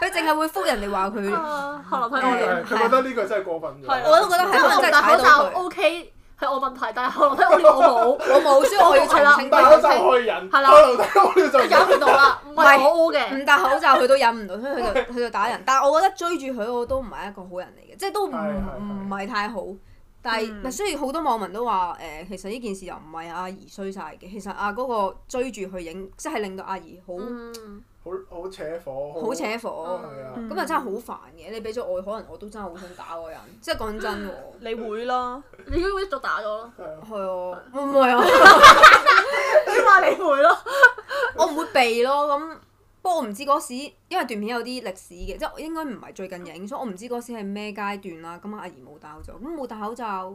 佢淨係會復人哋話佢
啊可能係我
係
哋，
佢覺得呢個真係過分
係
咗。
啊
我都覺得
即係
係
我
真係
戴
踩
口罩
到佢。
OK 係我問題，但係可
(laughs)
能睇我
我冇，所以我要
係啦
澄清
戴口罩可以忍，
係啦
可能戴口罩就
(laughs)
冇，忍唔到啦，唔係我 O 嘅，
唔戴口罩佢都忍唔到，所以佢就
(laughs)
佢就打人。但係我覺得追住佢我都唔係一個好人嚟嘅，即係都唔
係係係
唔係太好。但係
嗯
咪雖然好多網民都話誒、其實呢件事又唔係阿怡衰晒嘅，其實阿、嗰個追住佢影，即係令到阿怡好
嗯，
好好扯火，
好扯火。
係啊！
咁又真係好煩嘅，你俾咗我，可能我都真係好想打嗰個人，即係講真喎。
你會咯，
你應該一早打咗咯，
係啊
係啊，唔係啊，
你話你會咯，
我唔會避咯。咁不過我唔知嗰時，因為段片有啲歷史嘅，即係應該唔係最近影，所以我唔知嗰時係咩階段啦。咁阿姨冇戴口罩，咁冇戴口罩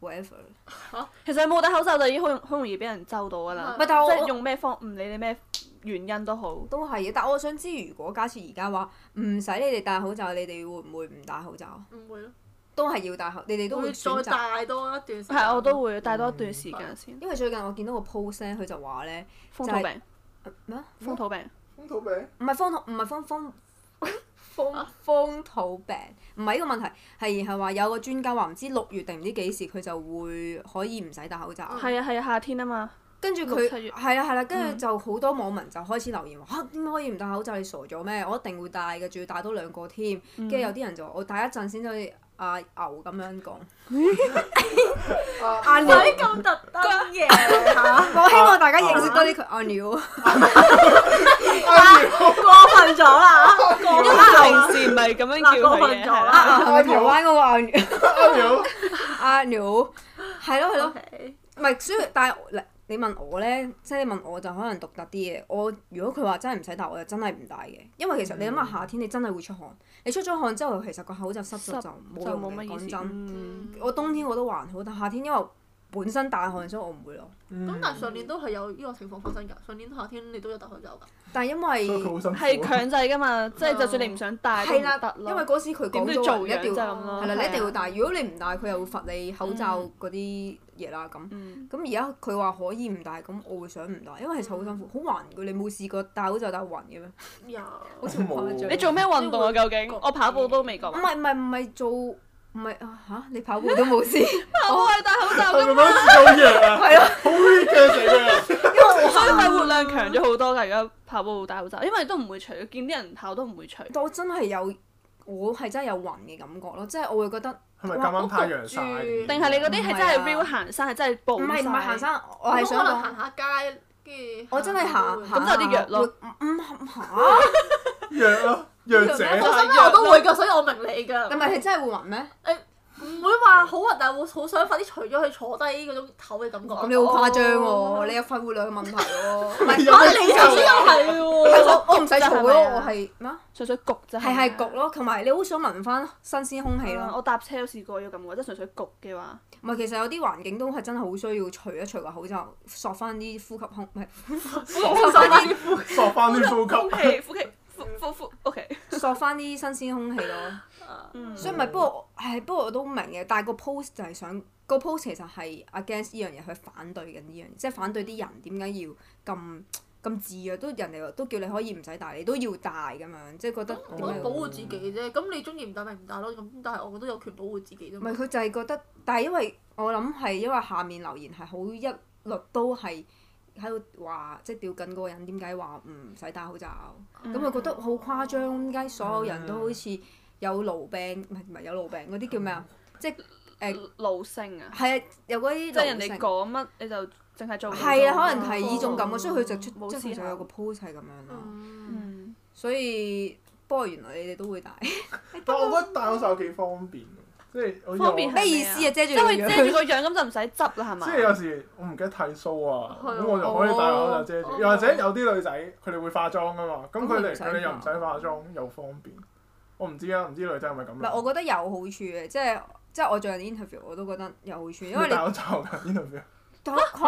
，whatever。
其實你冇戴口罩就已經好容好容易俾人揪到㗎啦。
唔係，但係
即
我
係用咩方，唔理你咩原因都好。
都係嘅。但我想知，如果假設而家話唔使你哋戴口罩，你哋會唔會唔戴口罩？
唔會咯，
都係要戴口，你哋都會啊
會
選
再
擇。
大多一段時間，
係，我都會戴多一段時間先。
因為最近我見到個 post 咧，佢就話咧
風土病，
咩啊？
風土病，
風土病
唔係風土，唔係風風
(laughs)
風風土病，唔係呢個問題，係係話有個專家話唔知六月定唔知幾時佢就會可以唔使戴口罩，
係啊係啊，夏天啊嘛，
跟住佢
六七月
係啦係啦，跟住
嗯
就好多網民就開始留言話嚇點解可以唔戴口罩？你傻咗咩？我一定會戴嘅，仲要戴多兩個添。
嗯
跟住有啲人就話我戴一陣先至阿牛咁樣講，阿
啊
唔
牛，
使咁特登嘅
啊
(laughs)
嚇，
我希望大家認識多啲佢阿牛。
啊
啊
過分咗啦，過分咗啦
平時唔係咁樣
嗱
叫
過
佢
分
嘅，
咗
係啦。
(laughs) 啊，係咪台灣嗰個阿牛？
啱咗，
阿牛係 (laughs) 咯係咯。
，OK，
唔係，所以但係嗱你問我咧，即係你問我就可能獨特啲嘅。我如果佢話真係唔使戴，我就真係唔戴嘅，因為其實你諗下
嗯
夏天你真係會出汗，你出咗汗之後，其實個口罩濕咗就冇
就
用
冇
嘅。
乜意思
講。真，
嗯
我冬天我都還好，但夏天因為本身大汗，所以我唔會咯。
咁
咁
但係上年都係有呢個情況發生㗎，上年夏天你都有戴口罩㗎。
但係因
所以佢
為
好辛苦。
係強制㗎嘛，即係就算你唔想戴都唔
係啦
得，咯。
因為嗰時佢
點
講
都要
咗話
做
你一
樣
定
就啊
要
咁咯。
係啦，你一定要
戴。
戴。如果你唔戴，佢又會罰你口罩嗰啲嘢啦咁。
嗯
咁而家佢話可以唔戴，咁我會想唔戴，因為其實好辛
嗯
苦，好暈嘅。你冇試過戴口罩戴暈嘅咩？
有
好似冇誇
冇
張
你做咩運動啊？究竟我跑步都未講
唔。係唔係唔係做唔係啊嚇！你跑步都冇事，
跑步係戴口罩
係
㗎
咪嗰陣時好弱啊？
(laughs) 係咯，
好 weak 嘅成個人。
所以肺活量強咗好多㗎。而家跑步戴口罩，因為都唔會除，見啲人跑都唔會除。
但我真係有，我係真係有暈嘅感覺咯，即係我會覺得
係咪咁啱太陽晒？
定係你嗰啲係真係
唔係啊
real 行山，係真係暴
唔係唔係行
曬。
山，我係想
可能
講
行，下街，跟住
我真係行
咁
行
咁就有啲弱咯
下會，唔唔嚇，
弱咯，弱者。
我身邊我都會㗎，所以我明你
但
㗎。
咪係真係會暈咩？
唔會話好核突，但係會好想快啲除咗佢坐低嗰種唞嘅感覺。
咁你好
哦
誇張喎，你有肺活量嘅問題喎，唔係
有
啊！
咩
你
理
就
由
知道係喎。
我我唔使嘈
係咪
咯，
啊
我係咩啊？
純粹焗啫。
係係焗咯，同埋你好想聞翻新鮮空氣
係啦，
咯。
嗯我搭車都試過要咁喎，即係純粹焗嘅話，
唔係，其實有啲環境都係真係好需要除一除個口罩，索翻啲呼吸空，唔係
(laughs)
我想啲褲
索翻啲呼
呼
吸。
氣呼氣呼呼呼，OK，
索翻啲新鮮空氣咯。
啊
嗯
所以咪不過我係不過我都明嘅，但係個 post 就係想個 post 其實係 against 呢樣嘢，佢反對緊呢樣嘢，即係反對啲人點解要咁咁自虐，都人哋都叫你可以唔使戴，你都要戴咁樣，即係覺得點
我
解
都保
要
護自己啫。咁你中意唔戴咪唔戴咯。咁但係我覺得有權保護自己啫
唔
嘛
係。佢就係覺得，但係因為我諗係因為下面留言係好一律都係喺度話，即係屌緊嗰個人點解話唔使戴口罩，
嗯
咁佢、覺得好誇張，點解所有人都好似有癆病，唔係唔係有癆病嗰啲叫咩啊？即係誒
老性啊，
係啊，有嗰啲
即係人哋
奴性
講乜你就淨係做唔到。
係啊，可能係呢種感覺，所以佢就出
冇
即係佢
思
就
考
有個 post 係咁樣咯。
嗯
嗯
所以不過原來你哋都會戴，
但我覺得戴口罩幾方便，即係好似
方便
我
係
咩意思啊？遮住
即
你
係
個
會遮住
樣
個樣咁就唔使執啦，係
即
嘛？
係有時我唔記得剃須啊，
係啊
咁我就可以戴口罩遮住。
哦
又或者有啲女仔佢哋會化妝啊嘛，咁佢哋
咁佢唔使
佢哋又唔
化
使化妝又方便。我唔知啊，唔知女仔係咪咁
嗱，
諗。
我覺得有好處嘅，即係即係我最近 interview 我都覺得有好處，
(laughs)
因為
咪
你
戴口罩㗎 interview。
嚇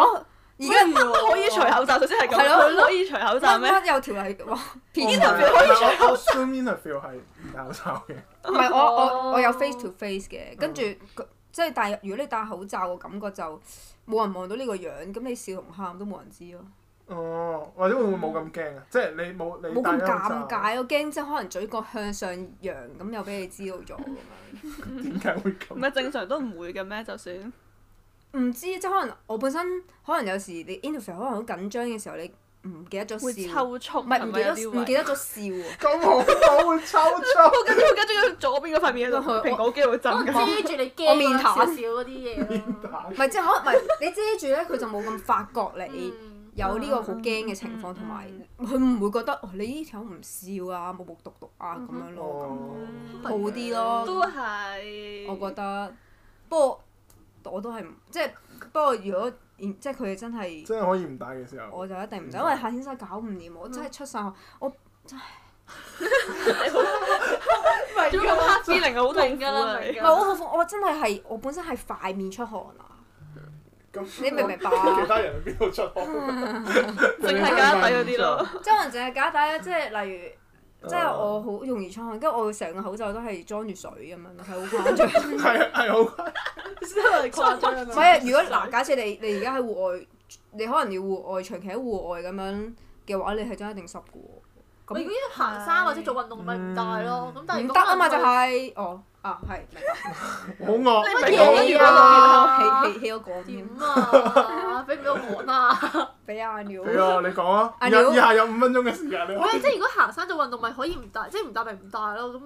而家
可以除口罩，首先係咁，
係咯
佢可以除口罩
乜
咩？
乜有條例 (laughs) 哇
我唔
P
哦係啊
interview 可以除
我我 Zoom interview 係唔戴口罩嘅。
唔係我我
哦
我有 face to face 嘅，跟住佢即係但係如果你戴口罩，我感覺就冇人望到呢個樣，咁你笑同喊都冇人知咯。
哦，或者會唔會冇咁驚啊？即係你冇你
冇
戴咗口
咁尷
罩
尬，我驚即係可能嘴角向上揚，咁又俾你知道咗咁樣。
點解會
唔
咁？ (laughs)
係正常都唔會嘅咩？就算
唔知即係可能我本身可能有時你 interview 可能好緊張嘅時候，你唔記得咗
會
笑，
抽搐，
唔係唔記得唔記
得。
得咗笑啊。
咁好，我會抽搐。
跟住跟住跟住左邊嗰塊面喺度，
我
蘋果肌會震
我
咁。
遮住你
我
驚
面
嗰
淡
少少嗰啲嘢咯。
唔係即係可能唔係你遮住咧，佢就冇咁發覺 (laughs) 你
嗯
有呢個好驚嘅情況，
嗯
同埋佢唔會覺得哦你呢條友唔笑啊，冇目獨獨啊咁嗯樣咯，
哦，
咁好啲咯。
都係。
我覺得，不過我都係唔即係不過如果即係佢哋真係。
即係可以唔戴嘅時候。
我就一定唔得，因為夏天真係搞唔掂，我真係出晒汗，我
做咁黑 feeling 好痛
明
苦
㗎啦
啊！
明
你
唔
㗎
係我好我真係係我本身係塊面出汗啊！
咁
你明唔明
(laughs)
白
其
啊？
他人去邊度出汗？
淨係加底嗰啲咯。
即係可能淨係假底啦，即係例如， (laughs) 即係我好容易出汗，跟住我成個口罩都係裝住水咁樣，係好誇張。唔
係啊係好
真係誇張啊！
係啊，如果嗱，假設你你而家喺戶外，你可能要戶外長期喺戶外咁樣嘅話，你係真係一定濕嘅喎。
你
咁
如果要行山或者做運動咪唔戴咯，咁但係
唔得
如果
啊嘛，
可
就
能
係哦啊，係明白。
好惡。
你
乜
明
(laughs)
我
嘢啊
起起起咗講添
點，
(laughs)
啊？ (laughs) 俾唔俾我講啊？
俾阿廖。
俾啊，你講啊！
阿
以
廖
以下有五分鐘嘅時
(laughs)
間，你可
喂，
以
即係如果行山做運動咪可以唔戴，即係唔戴咪唔戴咯。咁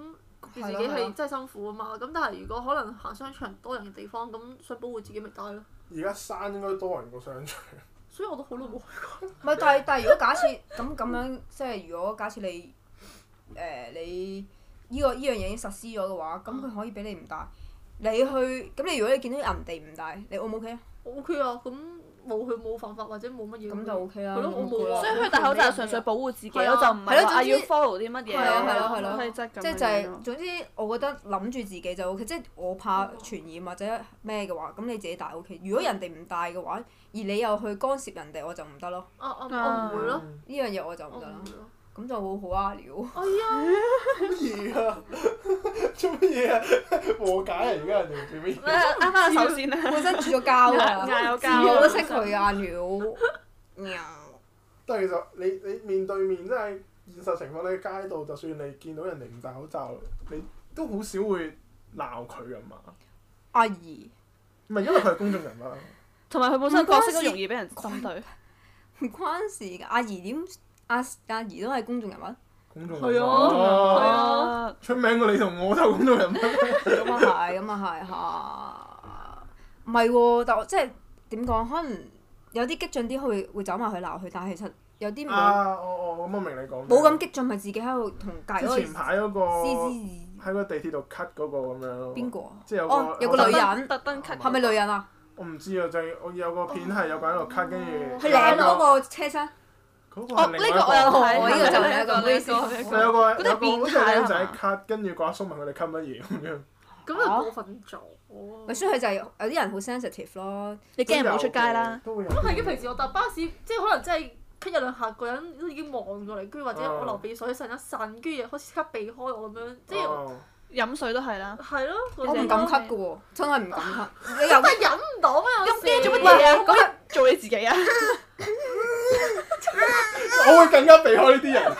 自
係
己
咯係咯
係真係辛苦啊嘛。咁但係如果可能行商場多人嘅地方，咁想保護自己咪戴咯。
而家山應該多人過商場。
所以我都好耐冇去過。
唔係，但係但係如果假設咁咁樣，即係如果假設你誒、你依、個依樣嘢已經實施咗嘅話，咁佢可以俾你唔戴。你去咁你如果你見到人哋唔戴，你 O 唔 OK 啊？
O K 啊，咁冇佢冇犯法或者冇乜嘢。
咁就 OK 啦。
係咯我冇
冇
啊
所
啦
以佢戴口罩純粹保護自己咯，
係
就
啊
唔係話啊要 follow 啲乜嘢，
係啊係啊係啊
係質咁樣咯。
即係就係、總之，我覺得諗住自己就 OK。即係我怕傳染或者咩嘅話，咁你自己戴 OK。如果人哋唔戴嘅話，而你又去干涉人哋，我就唔得咯。
啊啊！我唔會咯，
嗯。
呢樣嘢我就
我
唔
唔
得啦。
會咯。
咁就好好啊，了。
哎呀，
(laughs) 乜嘢啊？ (laughs) 做乜嘢啊？和解啊！而家人哋做乜嘢？
啱翻手先啦，
本身住咗膠啊，
(laughs) 嗌有
我
膠
都
啊
識佢啊，了。
但係其實你你面對面真係現實情況，你喺街度就算你見到人哋唔戴口罩，你都好少會鬧佢噶嘛。
阿姨，
唔係因為佢係公眾人物
(laughs)
啊，
同埋佢本身角色都容易俾人針對。
唔關事㗎。阿姨點？阿阿姨都係公眾人物，
公眾人
係
物。
啊
哦
係啊，
出名過你同我都係公眾人物。
(laughs)
咁啊係，咁啊係嚇。唔係喎，但我即係點講？可能有啲激進啲，佢會會走埋去鬧佢，但係其實有啲冇
啊！我我咁我明你講。
冇咁。激進，咪自己喺度同隔
之
離
前
嗰
排嗰個
個獅子
喺個地鐵度 cut 嗰個咁樣咯。
邊個啊？
即係有個
哦，有個女人，
特登 cut
係咪女人啊？
我唔知啊，就係我有個片係有個人喺度 cut，跟住
佢舐嗰
個
啊個車廂，
嗰個
哦，
係
呢
另外一
個我有睇，
哦呢個就係一個
呢
唔好意思
呢
就有個
嗰啲係
有個好似
變態啊
係僆仔
嘛
cut，跟住個阿叔問佢哋 cut 乜嘢咁樣。
咁就過分咗。
咪所以佢就係有啲人好 sensitive 咯。
你驚唔好出街啦。
都會有。
咁係嘅，平時我搭巴士，即係可能真係咳一兩下，個人都已經望過嚟，跟住或者
啊
嗯
我流鼻水呻一呻，跟住又開始即刻避開我咁樣，即係
哦
飲水都係啦，
係咯。
啊我唔敢咳嘅喎，真係唔
(laughs)
敢咳。你
真
又
係忍唔到咩？咁
驚做乜嘢啊？咁咪做你自己啊！
我會更加避開呢啲人。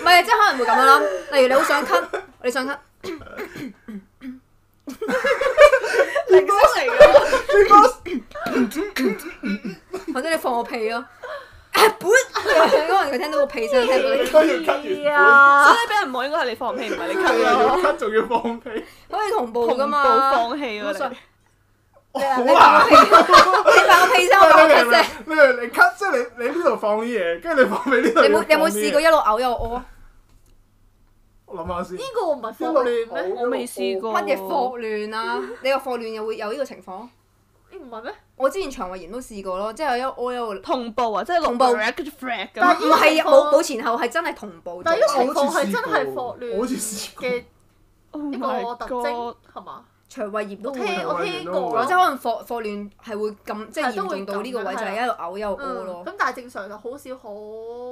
唔係，即係可能會咁樣啦。例如你好想咳，你想咳，
零食嚟嘅，
或者你放個屁咯。啊本，可能佢聽到個屁聲，聽到你，
你都要 cut
(laughs)
完
啊
所！以俾人望應該係你放屁，唔係你
本，你
cut
又要
咯。
cut 仲要放屁，
可以同步
同
噶
步
嘛。
放氣
冇
喎
錯
你。
好
你
難。
你放個屁聲，我
你
放個
明
屁
唔
(laughs)
明
聲。？
你明唔明你 cut 即係你你呢度放啲嘢，跟住你放俾呢度。
你有冇你有冇試過？一路嘔一路屙？
我諗下先
呢。個唔係霍亂咩？
我未試過。
乜嘢霍亂啊？你個霍亂又會有呢個情況？
呢唔係咩？
我之前腸胃炎都試過咯，即係有一屙一路。
同步啊，即係
同步
跟住 flat
但
咁。
唔係啊冇冇前後，係真係同步做
但。係呢個
我
情況
好似
係
試
真
過
係霍亂
我好似試過
嘅一個特
Oh my
徵
god
係嘛？
腸胃炎
我
都會
聽
啊
咯。
我聽過啊
或者
咯。
可能霍霍亂係會咁，即係
係都
嚴
會
重到呢個位
咁
就
樣
係一路嘔一路屙
嗯，
咯。
咁但係正常就好少好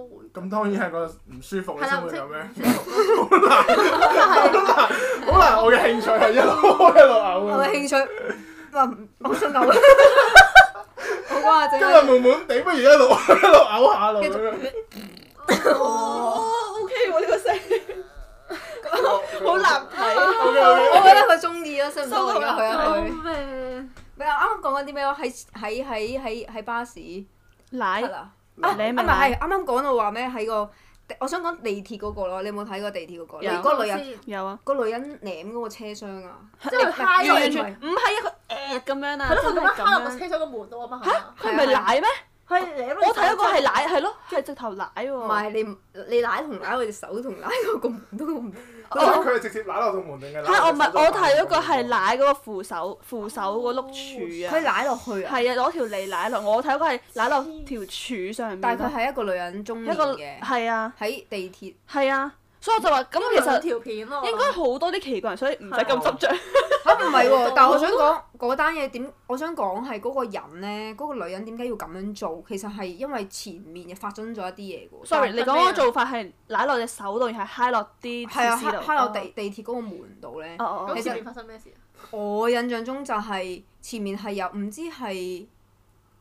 會。
咁當然係個唔舒服
係
嘅
啦，
先
唔
會
識
有
唔
咩？ (laughs)
舒服。咁但係
好難，我嘅興趣係一路啊一路
我嘅
嘔嘅。
(laughs)
興趣，哇！我想嘔，我哇！陣
今日
間
悶悶地，不如一路一路嘔下路咁樣。
哦，OK 喎呢個聲，好難
(laughs)
睇。啊
O K
我
O
覺得佢中意咯，識唔識
收
而
到啦
家 (laughs) 佢
救
去去？
命！
咩啊？啱啱講緊啲咩話？喺喺喺喺喺巴士
奶
係啦。啊，
你咪
啊唔係，係啱啱講到話咩？喺個我想講地鐵嗰個咯，你有冇睇過地鐵嗰個？
有
嗰個女人，
有啊，
個女人舐嗰個車廂啊！
即係揩
係
落
完
嚟
全
咪，
唔係啊，佢誒咁樣啊，
係咯，佢
真
咁
係
樣
咁
揩落個
樣。
車廂個門度啊嘛，係嘛？
佢唔係奶咩？
佢舐
我睇嗰個係奶，係咯，係直頭奶喎。
唔係你唔你奶同奶，我隻手同奶嗰個門都唔
(laughs)
K，
我
佢係直接揦落到門定係揦落
哦係我唔係
手
我
度
睇嗰個係奶嗰個扶手扶手嗰碌柱
佢
啊，
奶落去啊！
係啊攞條脷奶落，我睇嗰個係奶落條柱上面。啊
但係佢係一個女人中年
一個
嘅，
係啊
喺地鐵
係啊，所以我就話咁其實
條片咯，
應該好多啲奇怪人，所以唔使
啊
咁執
(laughs)
着。
嚇唔係喎，但係我想講嗰單嘢點？我想講係嗰個人咧，嗰、個女人點解要咁樣做？其實係因為前面發生咗一啲嘢嘅喎。
sorry，你
但係
講嗰個做法係舐落隻手度，然後揩落啲
啊係啊，
設施
揩
度。
揩落地地鐵嗰個門度咧。
哦哦
咁
哦
其
前
實
面發生咩事啊？
我印象中就係前面係有唔知係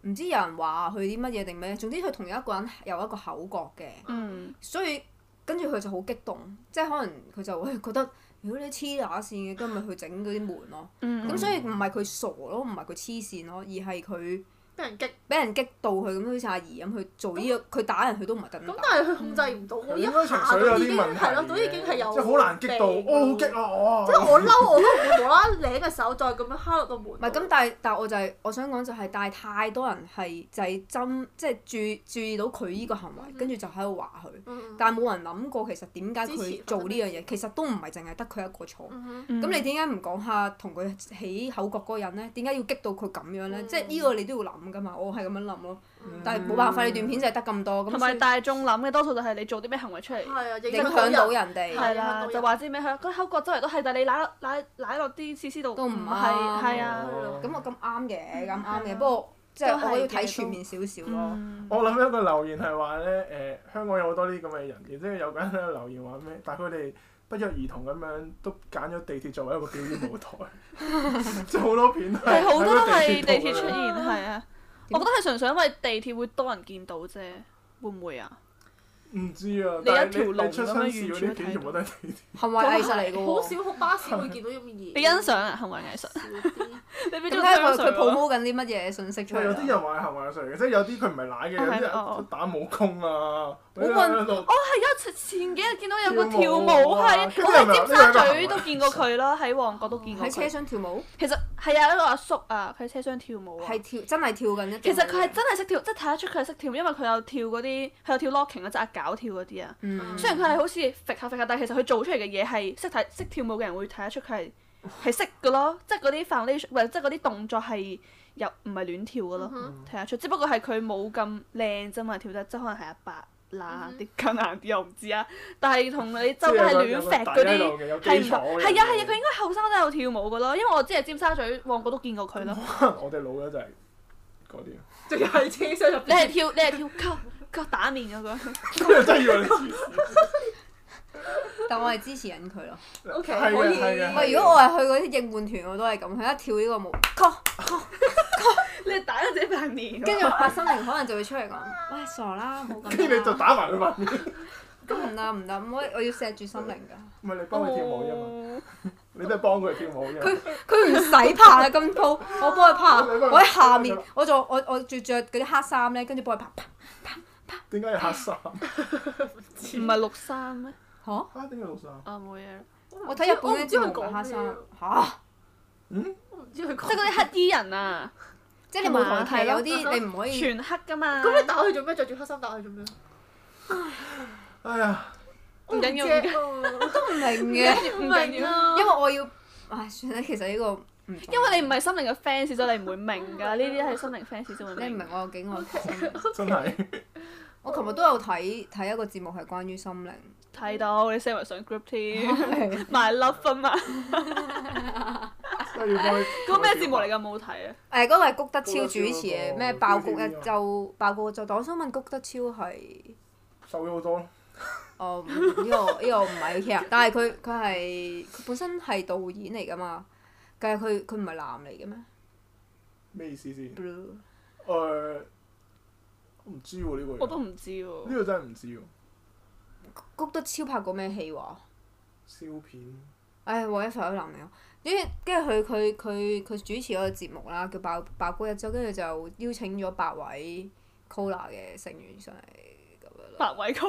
唔知有人話佢啲乜嘢定咩，總之佢同一個人有一個口角嘅，
嗯，
所以跟住佢就好激動，即係可能佢就會覺得如果你黐乸線嘅，今日去整嗰啲門咯。
嗯
咁、所以唔係佢傻咯，唔係佢黐線咯，而係佢
俾人激，
嗯
咁
俾人激到佢咁好似阿姨咁，佢做呢、個佢打人佢都唔係特登打。
但係佢控制唔到，我一
嗯應該情
下
緒有
都已
啲
經
問題
係咯，
嘅
都已經係有
即係好難激到，我好激啊！
即係
我
(laughs)
我嬲，我都唔會無啦啦舐個手再咁樣敲落個門。唔
唔係咁，，但係但係我就係、我想講就係、但係太多人係就係針即係注注意到佢呢個行為，跟住就喺度話佢。
嗯
但係冇人諗過其實點解
支持
佢
佢
做呢樣嘢，其實都唔係淨係得佢一個錯。咁、
嗯
你點解唔講下同佢起口角嗰個人呢？點解要激到佢咁樣呢？
嗯
即係呢個你都要諗噶嘛，我係咁樣諗咯。
嗯
但係冇辦法，你段片就係得咁多，咁
同
所
埋
以
大眾諗嘅多數就係你做啲咩行為出嚟。
係啊，
影
影
響到。人哋。
係
影響到
啦，
人
就話知咩香，嗰啲口角周圍都係，但係你舐落舐舐落啲設施度
都唔啱
係係啊。
哦
咁我咁啱嘅，咁啱
係
嘅。
啊
不過即係
都係
我要睇
嘅
全面少少咯。
嗯
我諗一個留言係話咧，誒香港有好多呢啲咁嘅人，然之後有個人喺度留言話咩？但係佢哋不約而同咁樣都揀咗地鐵作為一個表演舞台， (laughs) 即係好多片都
係好多都
喺
係
個
地
鐵度
鐵出
咁樣
現，係啊。我覺得係純粹因為地鐵會多人見到啫，會唔會啊？
唔知啊，
你一
但係
條
你
龍
你出
咁
新
樣
事
完
嗰啲
全都睇
片全部都係地鐵。
行為藝術嚟嘅
好
喎。
少好巴士會見到咁
(laughs)
嘅嘢。嗯
你欣賞啊，行為藝
(laughs)
術。
少啲
你俾
點
咗
解佢
香
佢
水我
promo 緊啲乜嘢信息出
有啲
嚟
人
啊？
話係行為上嘅，即係有啲佢唔係奶嘅，有啲
哦係
人
哦
打武功啊，
冇
嗰啲
問
喺度
哦，係啊！前幾日見到有個
跳
跳
舞
舞
啊
係，
跟住
我
係咪
喺尖
呢個係
沙
一
咀
個
都見過佢啦，喺旺角都見過
喺車
佢。
廂跳舞，
其實係啊，一個阿叔啊，佢喺車廂跳舞啊。
係跳真係跳緊一段舞。
其實佢係真係識跳，即係睇得出佢係識跳，因為佢有跳嗰啲，佢有跳 locking 嗰隻阿搞跳嗰啲啊。
嗯
雖然佢係好似揈下揈下，但係其實佢做出嚟嘅嘢係識睇識跳舞嘅人會睇得出佢係係識嘅咯，即係嗰啲 foundation 唔係即係嗰啲動作係又唔係亂跳嘅咯，
嗯
睇得出。只不過係佢冇咁靚啫嘛，跳得即係可能係阿伯啦
嗯
啲更硬啲，我唔知啊。但係同你周
即
街
係
係
有個
亂
有個
揈
底
(laughs) 嗰
喺
啲
度嘅，有基
係唔
礎
同
嘅。
係啊係啊，佢應該後生都有跳舞嘅咯，因為我之前尖沙咀旺角都見過佢咯。
可能我哋老咗就係嗰啲，
仲要喺車廂入
你
邊。
係跳你係跳卡卡打面嗰個。
真係以為你黐線。
但我係支持緊佢咯。
O K，
係嘅
可以。
係啊嘅係
喂，如果我係去嗰啲應援團，我都係咁，佢一跳呢個舞，咳
(laughs) 你係打咗自己塊
(laughs)
面。
跟住阿心靈可能就會出嚟講：，喂，傻啦，冇咁
跟住你就
啦，
打埋佢塊面，
咁唔得唔得，唔可以，我要錫住心靈㗎。
唔係你幫佢跳舞啫嘛，
哦
你都係幫佢跳舞啫嘛。
佢唔使拍 (laughs) 啦，咁高，我幫佢
你幫佢
拍。我喺下面，我就我我著著嗰啲黑衫咧，跟住幫佢拍拍。
點解要黑衫？
唔係綠衫咩？
嚇！
啊，點解老衫？
啊冇嘢啦，
我睇日本
哦我
嘅
唔知
節
佢
目唔係
講
黑衫
咩啊。
嚇。
嗯，
我唔知佢講。
即係嗰啲黑衣人啊，
即係你舞台
係
劇
嘛
有啲你唔可以，
全黑噶嘛。
啊
咁你打佢做咩？着住黑衫打佢做咩？
哎呀，
唔緊要
我知啊
都唔
唔
明
緊
嘅，
(laughs)
要
唔
唔緊
明
要，
啊。
因為我要，唉，算啦，其實呢個唔準，
因為你唔係心靈嘅 fans 所以你唔會明㗎。呢啲係心靈 fans 先會
你
明。
唔明我有幾愛心靈。
真係
我琴日都有睇睇一個節目係關於心靈，
睇到你 send 埋上 group
(laughs)
添，賣 love 分嘛。
都要幫佢。
嗰個咩節目嚟㗎？冇睇啊。
誒嗰個係谷德超主
谷德
持
超嗰
嘅
個
咩爆谷
啊
一周爆谷一周，但我想問谷德超係，
瘦咗好多咯，
哦呢個呢個唔係 care，但係佢佢係佢本身係導演嚟㗎嘛，但係佢佢唔係男嚟嘅咩
咩意思先？
？Blue
我唔知喎呢
嗯
個人，
我都唔知喎
呢。個真係唔知喎。
谷德超拍過咩戲話？
笑片
唉，我一發都男朋友，跟住跟住佢佢佢佢主持嗰個節目啦，叫爆爆谷一周，跟住就邀請咗八位 Cola 嘅成員上嚟咁樣啦。
白偉哥，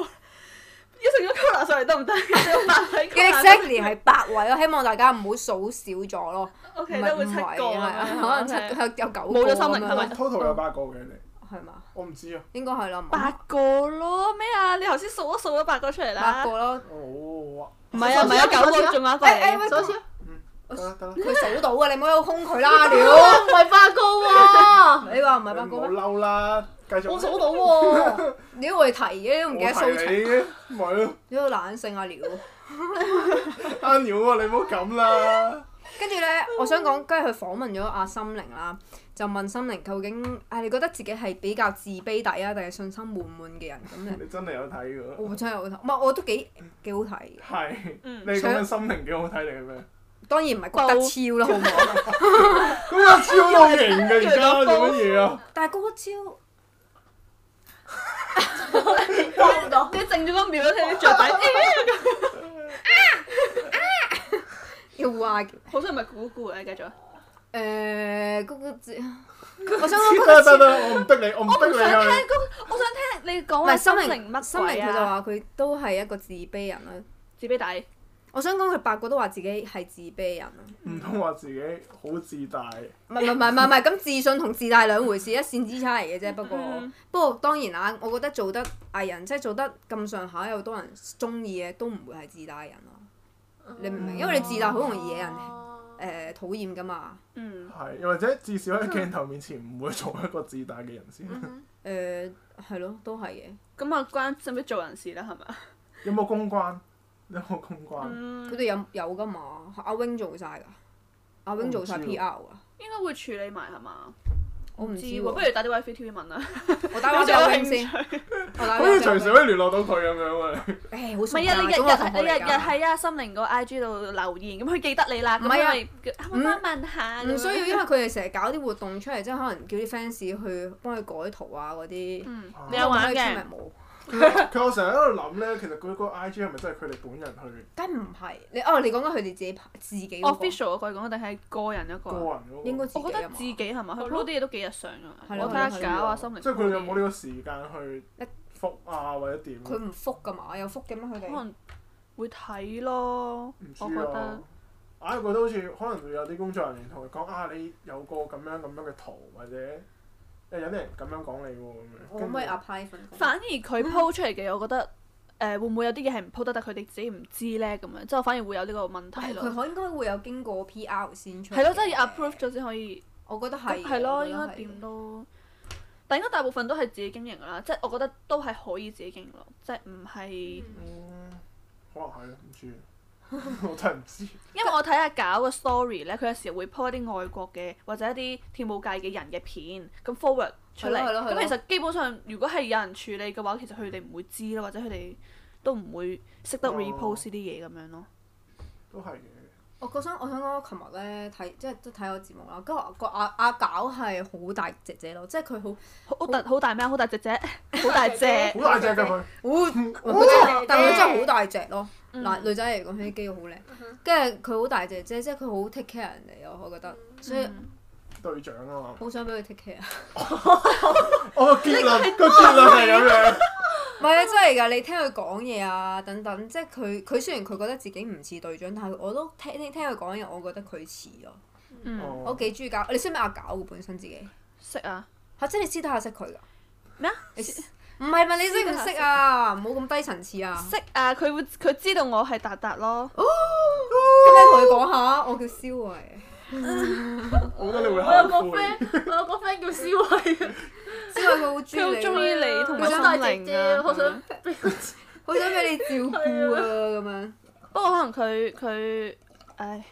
一成咗 Cola 上嚟
(laughs)
得唔得？白偉啊
exactly 係八位咯，希望大家唔好數少
(laughs)
咗咯，
O
唔
K，
係
都
五
會
位
七個
係啊，
咁樣
(laughs) 可能七
OK
有有九個
冇咗
咁
心靈係
樣
咪
咯
，total 有八個嘅你，
係嘛？
我唔知啊。
應該係啦，冇
八個咯，咩啊？你頭先數一數咗八個出嚟
八
啦。
個咯。
哦，啊
唔係啊，唔係啊，九個，仲有一個
誒誒
嚟。
喂，
首先
佢
得啦得啦，
佢數到啊！你唔好有空佢
(laughs)
啦，屌！
哦唔係啊八
(laughs)
個喎，
你話唔係八
唔好
個咩？
嬲啦，繼續。
我數到
(laughs)
喎，
屌我哋提嘅，都
我
唔
提
記得收場，
你嘅，唔係咯，
屌懶性啊屌！
阿鳥喎，你唔好咁啦。
跟住咧，我想講，跟住佢訪問咗阿心靈啦，就問心靈究竟，唉，你覺得自己係比較自卑底啊，定係信心滿滿嘅人咁
嗯
咧？
你真係有睇嘅。
我真係好睇，唔係我都幾幾好睇嘅。
係，
嗯
你講緊心靈幾好睇定係咩？
當然唔係谷德超啦，好唔
(laughs)
好？
咁阿超都型嘅，而家做乜嘢啊？
但係谷德超
講唔到。
你靜咗個秒，你着底。
要話
好彩唔係估估嘅，繼續。
誒谷德
(laughs)
超，我想講谷
得
德超
得得，我唔逼你，我唔
我唔
逼
想
你啊！
聽
你
嗰，我想聽你講
唔
話
係
心
心
靈
靈，心
乜鬼
靈佢就
啊？
話佢都係一個自卑人啦。
自卑底。
我想講佢八個都話自己係自卑人啊。
唔通話自己好自大？
唔係唔係唔係唔係，咁自信同自大兩回事，一線之差嚟嘅啫。不過、
嗯
不過當然啦，我覺得做得藝人即係做得咁上下有多人中意嘅，都唔會係自大人啊
哦
咯。你明唔明？因為你自大好容易惹人誒、
哦
呃、討厭噶嘛。
嗯。
係，又或者至少喺鏡頭面前唔會做一個自大嘅人先。
嗯
誒係咯，都係嘅。
咁啊，關使唔使做人事啦？係咪啊？
有冇公關？有冇公關？
佢
嗯。
哋有有噶嘛？阿 wing 做晒㗎，阿 wing 做晒
我唔知
PR 啊。
應該會處理埋係嘛？
我唔
唔
知
知
喎，
喎，不如打啲 ViTV 問啦。
我打電話
(laughs)
俾
有
阿
冇
wing
興
先。
趣
我打電話
好似隨時
俾阿 wing
可以聯絡到佢咁樣啊！
誒好
唔係
熟
啊！你
㗎，
日
中學同學
日日
嚟
日日
㗎。
喺啊心靈個 I G 度留言，咁佢記得你啦。咁
唔係啊
咪叫啊，我幫問下。
唔需要，因為佢哋成日搞啲活動出嚟，即係可能叫啲 fans 去幫佢改圖啊嗰啲。
嗯，
啊
你有玩嘅？
冇，
佢我成日喺度諗咧，其實佢嗰個 I G 係咪真係佢哋本人去
梗唔係你哦！你講緊佢哋自己拍自己嗰個
official 嗰個講定係個人嗰
個
個？
人嗰個？
應該
我覺得自
自己啊
己係咪？佢
係咯
load 啲嘢都幾日常
係
㗎。
咯
我睇下
係咯
搞啊，心靈。
即係佢有冇呢個時間去
一
復啊，或者點？
佢唔復噶嘛，有復嘅咩？佢
可
哋
能會睇咯
唔，
我
知
覺
啊
得。。
硬係覺得好似可能會有啲工作人員同佢講啊，你有個咁樣咁樣嘅圖，或者誒有啲人咁樣講你喎咁樣。
我可唔可以
跟
apply 份工？
反而佢
嗯
po 出嚟嘅，我覺得誒會唔會有啲嘢係唔 po 得，但佢哋自己唔知咧咁樣，之後反而會有呢個問題
係
咯
佢。可應該會有經過 PR 先出。
係咯，即係要 approve。咗先可以。
我覺得係
咁係咯，應該點？都。但應該大部分都係自己經營㗎啦，即係我覺得都係可以自己經營咯，即係唔係
嗯，可能係咯唔知， (laughs) 我真係唔知。
因為我睇下搞個 story 咧，佢有時會 po 一啲外國嘅或者一啲跳舞界嘅人嘅片，咁 forward 出嚟。
係咯係咯係咯
咁其實基本上，如果係有人處理嘅話，其實佢哋唔會知咯，或者佢哋都唔會識得
哦
repost 呢啲嘢咁樣咯。
都係嘅。
我覺想我想講，我琴日咧睇即係都睇我節目啦，跟住個阿阿搞係好大隻姐咯，即係佢好
好好大好大咩啊？好大隻 (laughs) 隻，好大隻。
好大隻㗎佢，
好
嗯 (laughs)
佢真係，但係佢真係好大隻咯。
嗯
嗱，女仔嚟講，佢啲肌肉好靚
哼，
跟住佢好大隻姐，即係佢好 take care 人哋咯，我覺得，所以
嗯
(laughs) 隊長啊嘛。
好想俾佢 take care。
我個結論個結論係咁樣。
唔係啊，真係㗎！你聽佢講嘢啊，等等，即係佢佢雖然佢覺得自己唔似隊長，但係我都聽聽聽佢講嘢，我覺得佢似咯。
嗯，
哦
我幾中意搞，你識唔識阿搞嘅本身自己？
識啊
嚇！即係你私底下識佢㗎？
咩啊？
你識唔係咪你識唔
私
識
底
啊？唔好咁低層次啊！哦
識啊！佢會佢知道我係達達咯。
咁你同佢講下，我叫啊蕭偉。
我覺得你會
我有個
後悔。
friend，我有個 friend 叫思慧，
蕭偉啊佢
佢
好中
好
意你，
中意你同埋
佢
心
想
大隻
靈
姐，
啊。
我
咁樣
想俾個
好想俾你照顧啊咁樣。
不過可能佢佢唉。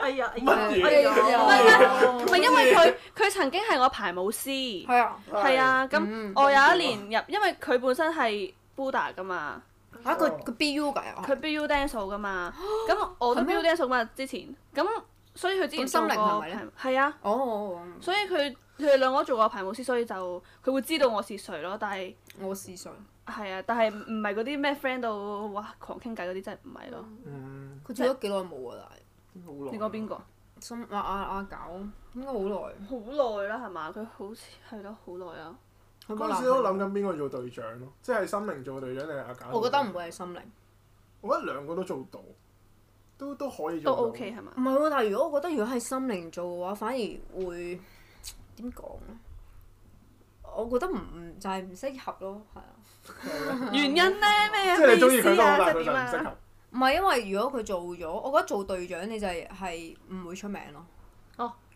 哎呀，哎
乜
呀
嘢啊
哎呀哎
啊
呀，
唔係因為佢佢曾經係我排舞師，
係啊，
嗯係啊，
嗯
咁啊我有一年入，因為佢本身係 Buddha 噶嘛，
嚇佢佢 BU 㗎又係
哦佢 BU dance 噶嘛，咁我都
係咩
BU dance 噶嘛之前，咁所以佢之前
咁心靈
做過
係咪咧
係啊，
哦哦，哦
所以佢佢哋兩個做過排舞師，所以就佢會知道我是誰咯。但係
我是誰？
係啊，但係唔係嗰啲咩 friend 到哇狂傾偈嗰啲，真係唔
哎
係咯。
嗯，
佢做咗幾耐冇啊？
好耐。
你講邊個？
但係心阿阿阿搞應該好耐。
好耐啦，係嘛？佢好似係咯，好耐啊。
佢
嗰
冇
陣
男
時都諗緊邊個做隊長咯，即係心靈做隊長定係阿
朋
簡？
友，我覺得唔會係心靈。
我覺得兩個都做到，都都可以
都
做到。(laughs)
OK 係嘛
唔？係喎，但係如果我覺得如果係心靈做嘅話，反而會點講咧？我覺得唔唔就係唔適合咯，係啊。
原因咧咩？
即係你中
中
意佢都好啦，佢就
點
唔適
啊？
合。
唔係因為如果佢做咗，我覺得做隊長你就係係唔會出名咯。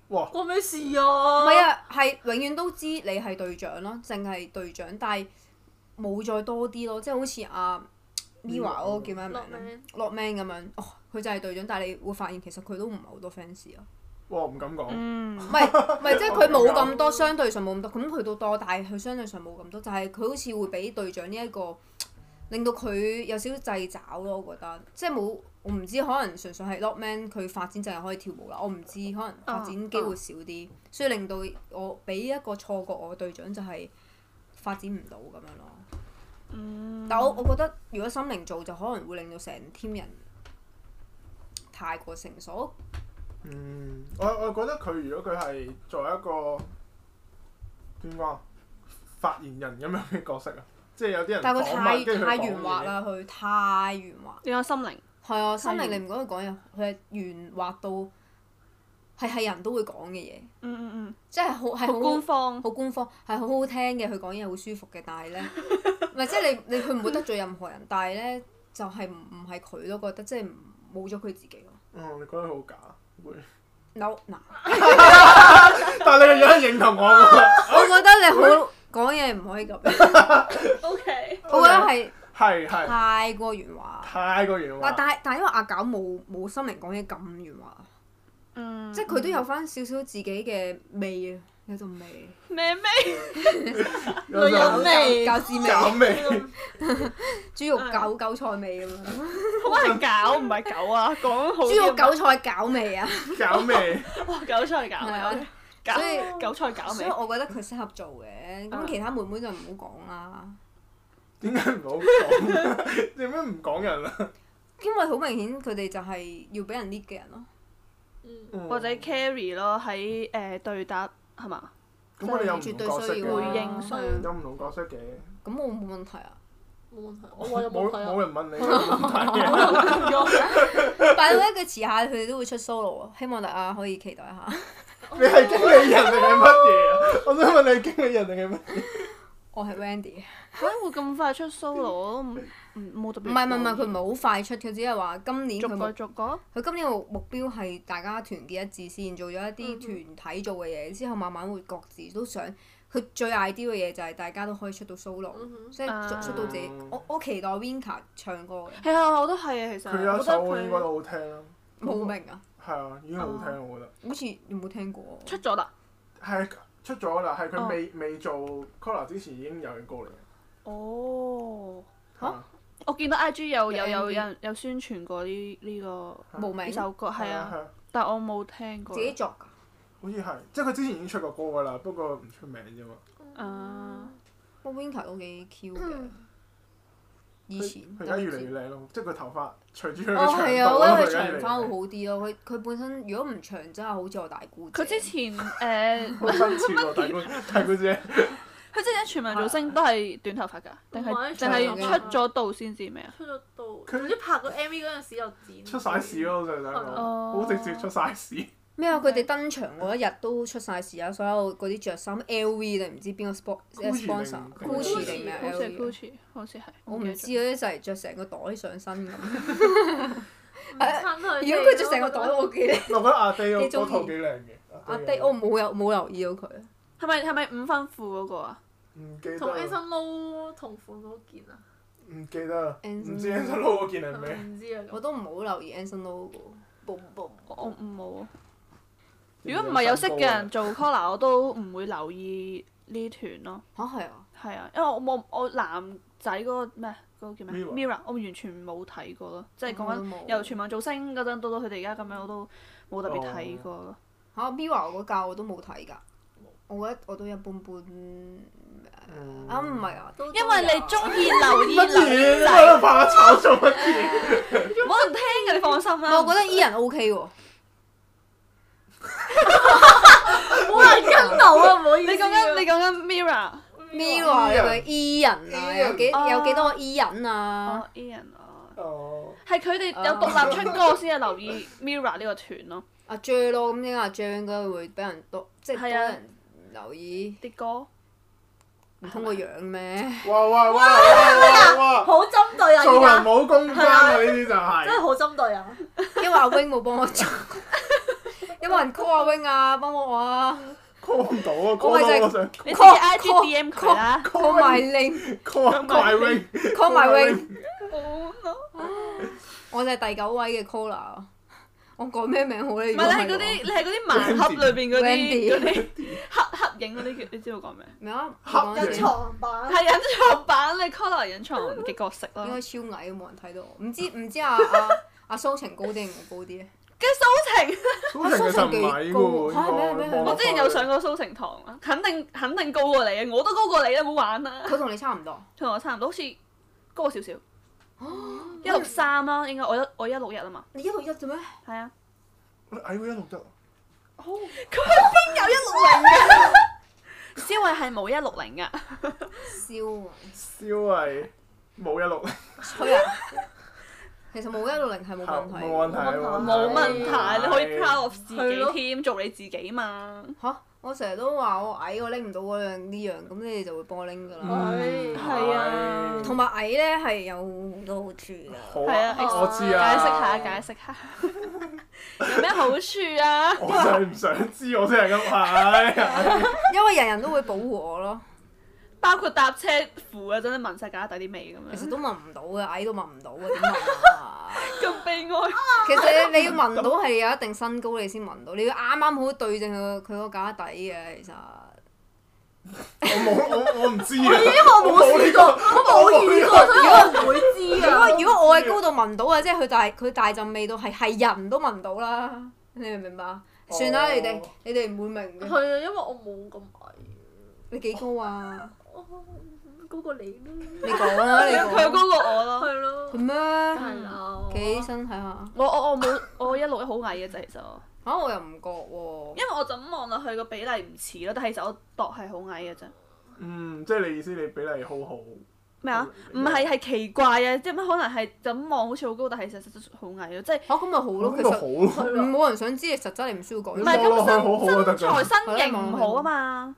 哇！
關咩事
唔
啊？
係啊，係永遠都知你係隊長咯，淨係隊長，但係冇再多啲咯，即係好似阿 Miwa 嗰個叫咩名啊 Lockman 咁樣，哦，佢就係隊長，但係你會發現其實佢都唔係好多 fans 啊咯，
哇，唔敢講。
嗯，
唔係唔係，即係佢冇咁多，相對上冇咁多，咁佢都多，但係佢相對上冇咁多，就係佢好似會俾隊長呢、一個令到佢有少少掣肘咯，我覺得，即係冇。我唔知，可能純粹係 Lockman 佢發展淨係可以跳舞啦，我唔知，可能發展機會少啲，所以令到我俾一個錯覺，我隊長就係發展唔到咁樣咯。
嗯
嗯
但我我覺得如果心靈做就可能會令到成 team 人太過成熟，
嗯，我我覺得佢如果佢係作為一個點講啊發言人咁樣嘅角色啊，即係有啲人
但係
訪問
佢
跟住
太太
講
圓滑
嘢
啦，佢太圓滑。
你講心靈，
係啊，心
太圓
靈你唔覺得佢講嘢，佢係圓滑到係係人都會講嘅嘢，
嗯嗯
即係好係
嗯，好官
好
方，
好官方，係好好聽嘅，佢講嘢好舒服嘅，但係咧，唔係即係你你佢唔會得罪任何人，但係咧就係唔唔係佢都覺得即係唔冇咗佢自己咯。
嗯，你覺得佢好假？會， (laughs)
No，嗱，
但係你個樣係認同我㗎。
我覺得你好講嘢唔可以咁樣，
O K，
我覺得係
係係
太過圓滑。
太過圓
嗱，
滑。
但係但係因為阿搞冇冇心靈講嘢咁圓滑，
嗯，
即係佢都有翻少少自己嘅味啊，有陣味。
咩咩
有
女人
種
味
餃子
搞
味、
味，
豬肉
啊
韭韭菜味咁樣，
好係搞唔係狗啊，講好
豬肉
啲啊
韭菜搞味啊，
搞味。
哇狗出嚟搞
係啊
咩？搞
所以
狗出嚟搞
所以
咩？
我覺得佢適合做嘅。咁
嗯
其他妹妹就唔好講啦，
(laughs) 點解唔好講？點解唔講人啊？
因為好明顯佢哋就係要俾人 lead 嘅人咯。
嗯
或者 carry 咯，喺誒對答係
啊
嘛？
咁我哋又唔
絕
同
對
角色
需要
嘅，
回
啊
應上
嗯
有唔同角色嘅，
咁我冇問
(laughs)
題啊。
冇問題，我話
冇
有冇睇
冇
啊？
人問你問題嘅。
(laughs)
但係咧，佢遲下佢哋都會出 solo 啊，希望大家可以期待一下。
你係經理人定係乜嘢
(laughs)
啊？我想問你係經理人定係乜？
我係 Wendy，
點解會咁快出 solo 我都唔唔冇特別？
唔係唔係唔係，佢唔係好快出，佢只係話今年
逐
佢目
個逐個。
佢今年個目標係大家團結一致先，做咗一啲團體做嘅嘢，之後慢慢會各自都想。佢最 ideal 嘅嘢就係大家都可以出到 solo，
嗯哼
即係
啊
出出到自己。我我期待 Winka 唱歌嘅，
係啊，我都係啊，其實
嗯
佢
我
有一
覺得
首應該
佢
都好聽啦，
冇明啊，
係啊，已經好聽我覺得。
好似有冇聽過？
出咗啦。
係出咗啦，係佢
哦
未未做 Cola 之前已經有嘅歌嚟嘅。
哦，
係啊
我見到 IG 有有有
MV
人有宣傳過呢呢個
無
呢
名
首歌，係啊，
係啊，
但我冇聽過
自。己作㗎，
好似係，即係佢之前已經出過歌㗎啦，不過唔出名啫嘛。
啊，
不過 Winka 都幾 Q 嘅。以前
佢而家越嚟越靚咯，即係佢頭髮隨住佢
哦
嘅
係啊，
長度
我
而
覺得佢
家越嚟
長
越
翻會
靚
好啲咯。佢佢本身如果唔長，真係好似我大姑姐。
佢之前誒，
好新潮喎，大姑大姑姐。
佢之前全民造星都係短頭髮㗎，定
唔
係
係
定係
長嘅
出咗道先至咩啊？
出咗到，
佢
總之拍個 MV 嗰陣時又剪。
出晒事！咯，我就想
哦
講，好直接出晒事。
咩啊？佢哋登場嗰一日都出晒事啊！所有嗰啲着衫 LV 定唔知邊個 sport
Gucci 定
sponsor
定
Gucci 定咩啊
係
好似係
LV？
Gucci，好似係。
我唔知
記得咗。
嗰啲就係着成個袋上身咁。如果
唔襯佢哋咯。
佢着成個袋，我記得
我覺得阿 Day
幾
嗰
中意
套幾靚嘅。
阿 d 我冇有冇留意到佢。
係咪係咪五分褲嗰個啊？
唔記得
同 a
啦
n 撈同款嗰件啊，
唔記得啦，
Anson
唔知 Anson Lo 嗰件係咩？
唔知啊。
我都唔好留意 Anson Lo 嘅。boom boom。
我我冇。如果唔係有啊識嘅人做 collar，我都唔會留意呢團咯。
嚇係啊！
係啊，因為我冇我男仔嗰個咩啊嗰個叫咩
Mirror
Mirror，我完全冇睇過咯。即係講
我都
緊
冇
由全民造星嗰陣到到佢哋而家咁樣，我都冇特別睇過咯。
嚇 Miwa 嗰屆我都冇睇㗎。我覺得我都一般般。啊，唔係啊，都
因為你中意留意
乜嘢？
女
你
仔，
喺度怕炒做乜嘢？
(laughs) 冇人聽嘅，你放心啦。
我覺得 E 人 O K 喎，
冇人跟到啊！唔好意
你
思啊。
講緊你講緊 Mira，
Mira 你咪 E 人啊，
E 人
有幾
哦
有幾多個 E 人啊？
哦 Ian 啊，
哦，
係佢哋有獨立出歌先係留意 Mira 呢個團咯，
阿 J 咯，咁應該阿 J 應該會俾人多，即係多
係啊
人留意，
啲歌。
唔通個樣咩？ (laughs)
哇哇哇哇哇哇！
好針對
(laughs)
啊！
做人
而家
冇公關啊！呢啲就
真係
係。
好針對啊！
因為阿 wing 冇幫我做，有冇人 call 阿 wing 啊？幫幫我啊
call 唔到啊
我
！call
咪就係
到我想
你自己
Call-
I G
call-
D M 佢啊啦。
！call 埋 Ling，call
call 怪 wing。
埋 wing，
好咯
我就係第九位嘅 caller 啊。我改咩名好咧？
唔係你係嗰啲，你係嗰啲盲盒裏邊嗰啲
Wendy
嗰啲黑黑影嗰啲叫，你知道我講咩？
咩啊？
黑
我講
隱
先
藏版
係隱藏版，你 call 嚟隱藏嘅角色啦
應。該超矮，冇人睇到我。唔知唔知阿阿阿蘇晴高啲定我高啲咧？
跟蘇晴，
蘇晴其實唔係喎，應
啊蘇晴幾高啊
該
係咩咩咩
我之前有上過蘇晴堂啊，肯定肯定高過你啊，我都高過你啊，冇玩啦。
佢同你差唔多。
同我差唔多，好似高少少，一六三啦，應該我一我一六一啊嘛，
你一六一啫咩？
係啊，
矮過一六一。
有一六零啊嘅， (laughs) 肖偉係冇一六零嘅，
笑啊！
肖係冇一六，
吹啊！其實冇一六零係冇問題。
冇問題，
冇
Oh
問題，你可以 proud of 自
係
己
咯
添，做你自己嘛，
嚇！我成日都話我矮，我拎唔到嗰樣呢樣，咁你哋就會幫我拎㗎啦。
嗯
係啊
同埋矮咧係有好多好處㗎。
好
係啊
啊，我知
解
啊。
釋下，解釋下，有咩好處啊？
我就係唔想知，我先係咁矮。
因為人人都會保護我咯，
包括搭車扶啊，真係聞晒架底啲味咁
其
樣
實，都聞唔到嘅，矮都聞唔到嘅，點聞啊？
咁悲哀。
其實你要聞到係有一定身高你先聞到，你要啱啱好對正佢佢個架底嘅，其實
我冇，我我唔知啊。
我冇試過
呢個
我冇遇過，所以我唔會知
如
啊
果。如果我喺高度聞到啊嘅，即係佢大佢大陣味道係係人都聞到啦，你明唔明白啊？
哦
算啦，你哋你哋唔會明
係
嘅。
啊，因為我冇咁矮，
你幾高啊？
我高過你啦。
你講啦，你
佢
講。
高過我咯。
係咯
係，
梗
Ừ.
咩？
係啊啦。
企起身睇下。
我我我冇我一路都好矮嘅啫，其實我
嚇！我又唔覺喎。
因為我就咁望落去個比例唔似咯，但係其實我度係好矮嘅啫。
嗯，即係你意思，你比例好好。
咩啊？唔
嗯
係係奇怪啊，即係可能係就咁望好似好高，但係其實實好矮咯，即係
嚇咁咪好咯，其
咁就
實
好咯。
唔 (laughs) 冇人想知你實質，你唔需要講。
唔
唔
係
係
望落
咁
去好好就得
身
㗎
身材身形唔好啊嘛。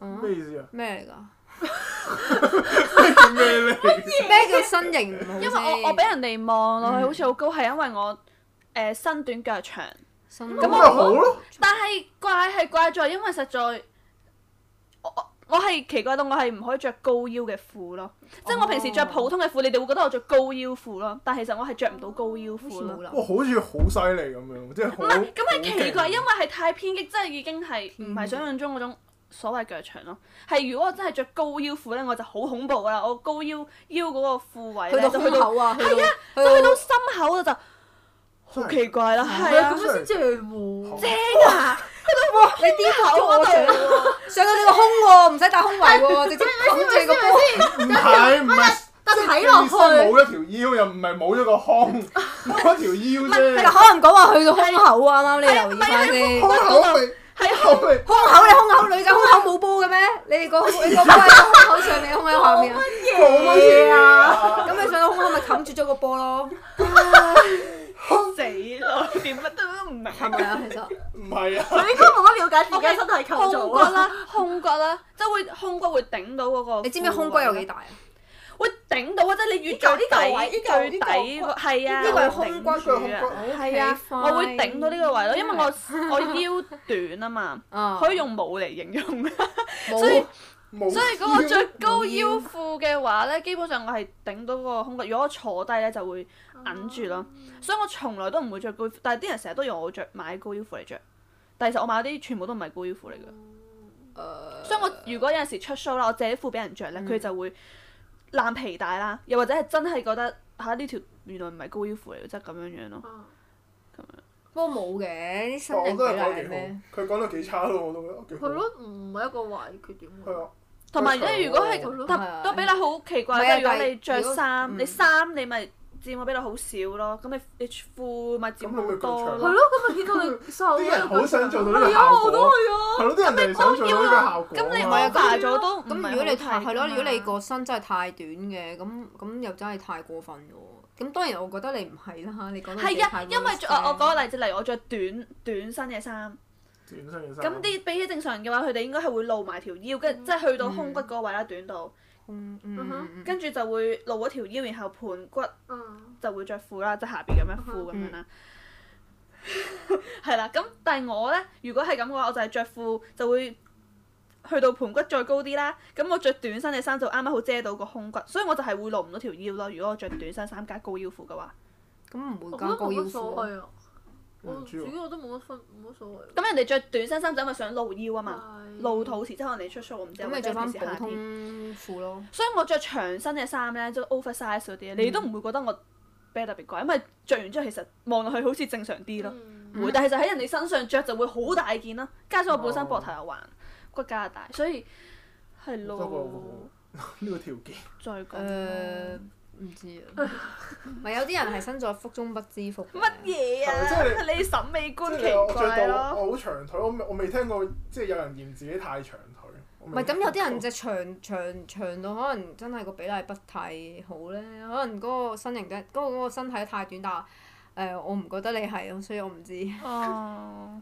嗯
咩意思啊？
咩嚟㗎？
叫 (laughs) 咩咧？
咩叫身形唔好
因為
因
我我俾人哋望落去好似好高，係因為我誒身短腳長，
咁咪好咯。
但係怪係怪在因為實在我我我係奇怪到我係唔可以着高腰嘅褲咯，即係我平時着普通嘅褲，你哋會覺得我着高腰褲咯，但係其實我係着唔到高腰褲咯。
哇，好似好犀利咁樣，即係好。
唔係，咁係奇怪，因為係太偏激，真係已經係唔係想象中嗰種所謂腳長咯。係如果我真係着高腰褲咧，我就好恐怖啦！我高腰腰嗰個褲位
去
咧，
到
就
胸
去到
口啊，去到
就去
去
到心口我就好奇怪啦，係
係啊，
啊
咁，樣先正喎。
正
驚啊！
你啲口嗰度，上到你個胸喎，唔使打胸圍喎，直接冚住個波。
唔係唔係，
但睇
即
落
係冇
去，
咗條腰，又唔係冇咗個胸，冇咗條
你
腰啫。
可能講話去到胸口啊，啱啱你留意翻先。
胸
胸
口咪
係
胸咪
口你胸口女仔胸口冇波嘅咩？你哋個你個波喺胸口上面，胸口下面啊。
冇乜嘢啊！
咁你上到胸口咪冚住咗個波咯，
死咯，點乜都唔明。
係咪啊？其實
唔係啊，
你應該冇乜了解自己嘅身體構
胸
造
骨
啊。
啦，胸骨啦，即係會胸骨會頂到嗰個。
你知唔知胸骨有幾
大？
大啊？
會頂到啊！即係你越
呢
最
個呢個位
底
呢個
最
呢
底
個
嗰係啊，
呢個係
我會
胸骨
頂住
呢個係
啊
胸骨
係啊，我會頂到呢個位咯，因為我我腰短啊嘛，
啊
可以用冇嚟形容。所以
冇
冇
所以嗰個着高腰褲嘅話咧，基本上我係頂到個胸骨。如果我坐低咧，就會
Ừ.
揞住咯。所以我從來都唔會着高腰褲，但係啲人成日都用我着買高腰褲嚟着。但係其實我買嗰啲全部都唔係高腰褲嚟嘅。所以我如果有陣時出 show 啦，我借啲褲俾人着咧，
嗯
佢就會爛皮帶啦，又啊
哦
或者係真係覺得嚇呢條原來唔係高腰褲嚟嘅，即係咁樣樣咯。
不過冇嘅，啲身
哦我真
形比
係
例
覺得
係
幾
咩？
好，佢講到幾差咯，我都覺得幾好。
係，咯，唔係一個壞缺點喎。
係啊，
同埋咧，如果係
係啊
但都比例好奇怪，
唔係啊
即係如果
但係
你着
如果
衫，
嗯
你衫你咪佔個比例好少咯，咁你你褲咪佔好
咁你
多
咪咁
係
咯
長。
咯，咁咪見到
(laughs)
你瘦
啲人好想做到呢個
係
效
啊，我都
果，
係啊。
係咯，啲人哋想做到呢個效果
咁你
啊
唔係
嘛。
啊咁
大咗都唔
咁如
係
果你
好
太
睇
係咯，
㗎
如果你
嘛
個身真係太短嘅，咁咁又真係太過分喎。咁當然我覺得你唔係啦，你講得
係啊，因為我我講個例子，例如我着短短身嘅衫，
短身嘅衫
咁啲比起正常嘅話，佢哋應該係會露埋條腰，跟即係去到胸骨嗰個位啦，短到，
嗯
嗯哼
嗯
跟住就會露咗條腰，然後盤骨
嗯，
就會着褲啦，即係下邊咁樣褲咁樣啦。
嗯
係啦，咁但係我咧，如果係咁嘅話，我就係着褲就會去到盤骨再高啲啦。咁我着短身嘅衫就啱啱好遮到個胸骨，所以我就係會露唔到條腰咯。如果我着短身衫加高腰褲嘅話，
咁唔
我
會
覺
加
得
高
冇
腰
乜所
褲。
謂啊。
我
我
唔知
主
喎，
要我都冇乜分，冇乜所謂。
咁人哋着短身衫就因為想露腰啊嘛，
係
露肚時即係可能你出 show 我唔知啊，
咁
或
你
者
着
平
翻
時夏
普通
天。
褲咯。
所以我着長身嘅衫咧，即係 oversize 嗰啲，你都唔會覺得我啤特別怪，因為着完之後其實望落去好似正常啲咯。
嗯
會，但係就喺人哋身上着就會好大件啦。加上我本身膊頭又橫，骨架又大，所以係
多過
咯
我。 (laughs) 呢個條件。
再講
誒唔知啊，咪有啲人係身在福中不知福嘅。
乜嘢
係
啊？你審美觀
即
奇
係我着
怪
到
咯。
我好長腿，我未我未聽過即係有人嫌自己太長腿。唔
唔係咁有啲人隻長長長到可能真係個比例不太好咧，可能嗰個身形真嗰、個嗰個身體太短，但係誒、我唔覺得你係，所以我唔知。
哦。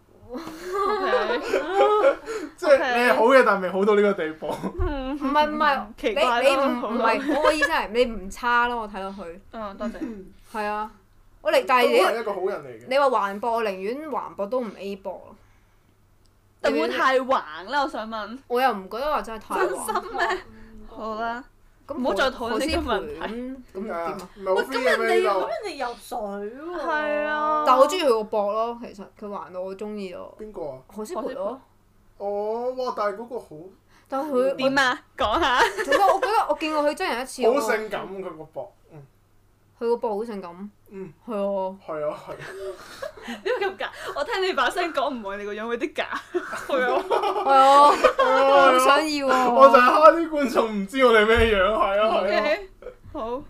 OK，
即係
OK
你係好嘅，但未好到呢個地步。
唔係唔係，
(laughs) 奇
你
怪咯
你唔
好啊
唔
咯
係我個意思係你唔差咯，我睇落去
嗯，多謝。
係啊，我嚟但
都
係
係一個好人嚟
你
嘅。
你話環博，我寧願環博都唔 A 博咯，
但會太橫啦，我想問。
我又唔覺得話真係太
真
橫。
心咩？
Ừ.
好啦，
咁
唔好再討論
何
呢
詩
個問
蓓
題
咁咁
點
點
解啊
啊？？
唔係好 free 嘅咩呢
咁
度？
人哋游水喎。
係啊
但我中意佢個博咯，其實佢環到我中意咯，
邊個啊？
何詩蓓咯。
哦，哇！但係嗰個好
但係佢
點啊？講下。
點解？我覺得我見過佢真人一次，
好
我
性感佢個膊，嗯
佢個波好性感，
嗯， (laughs)
係啊，
係啊係啊。
點解咁假？我聽你把聲講唔愛你個樣，有啲假。係啊。
係啊， (laughs) 我好想要
我就係
啊！
蝦啲觀眾唔知我哋咩樣，係啊係
(laughs)
啊。
OK。好。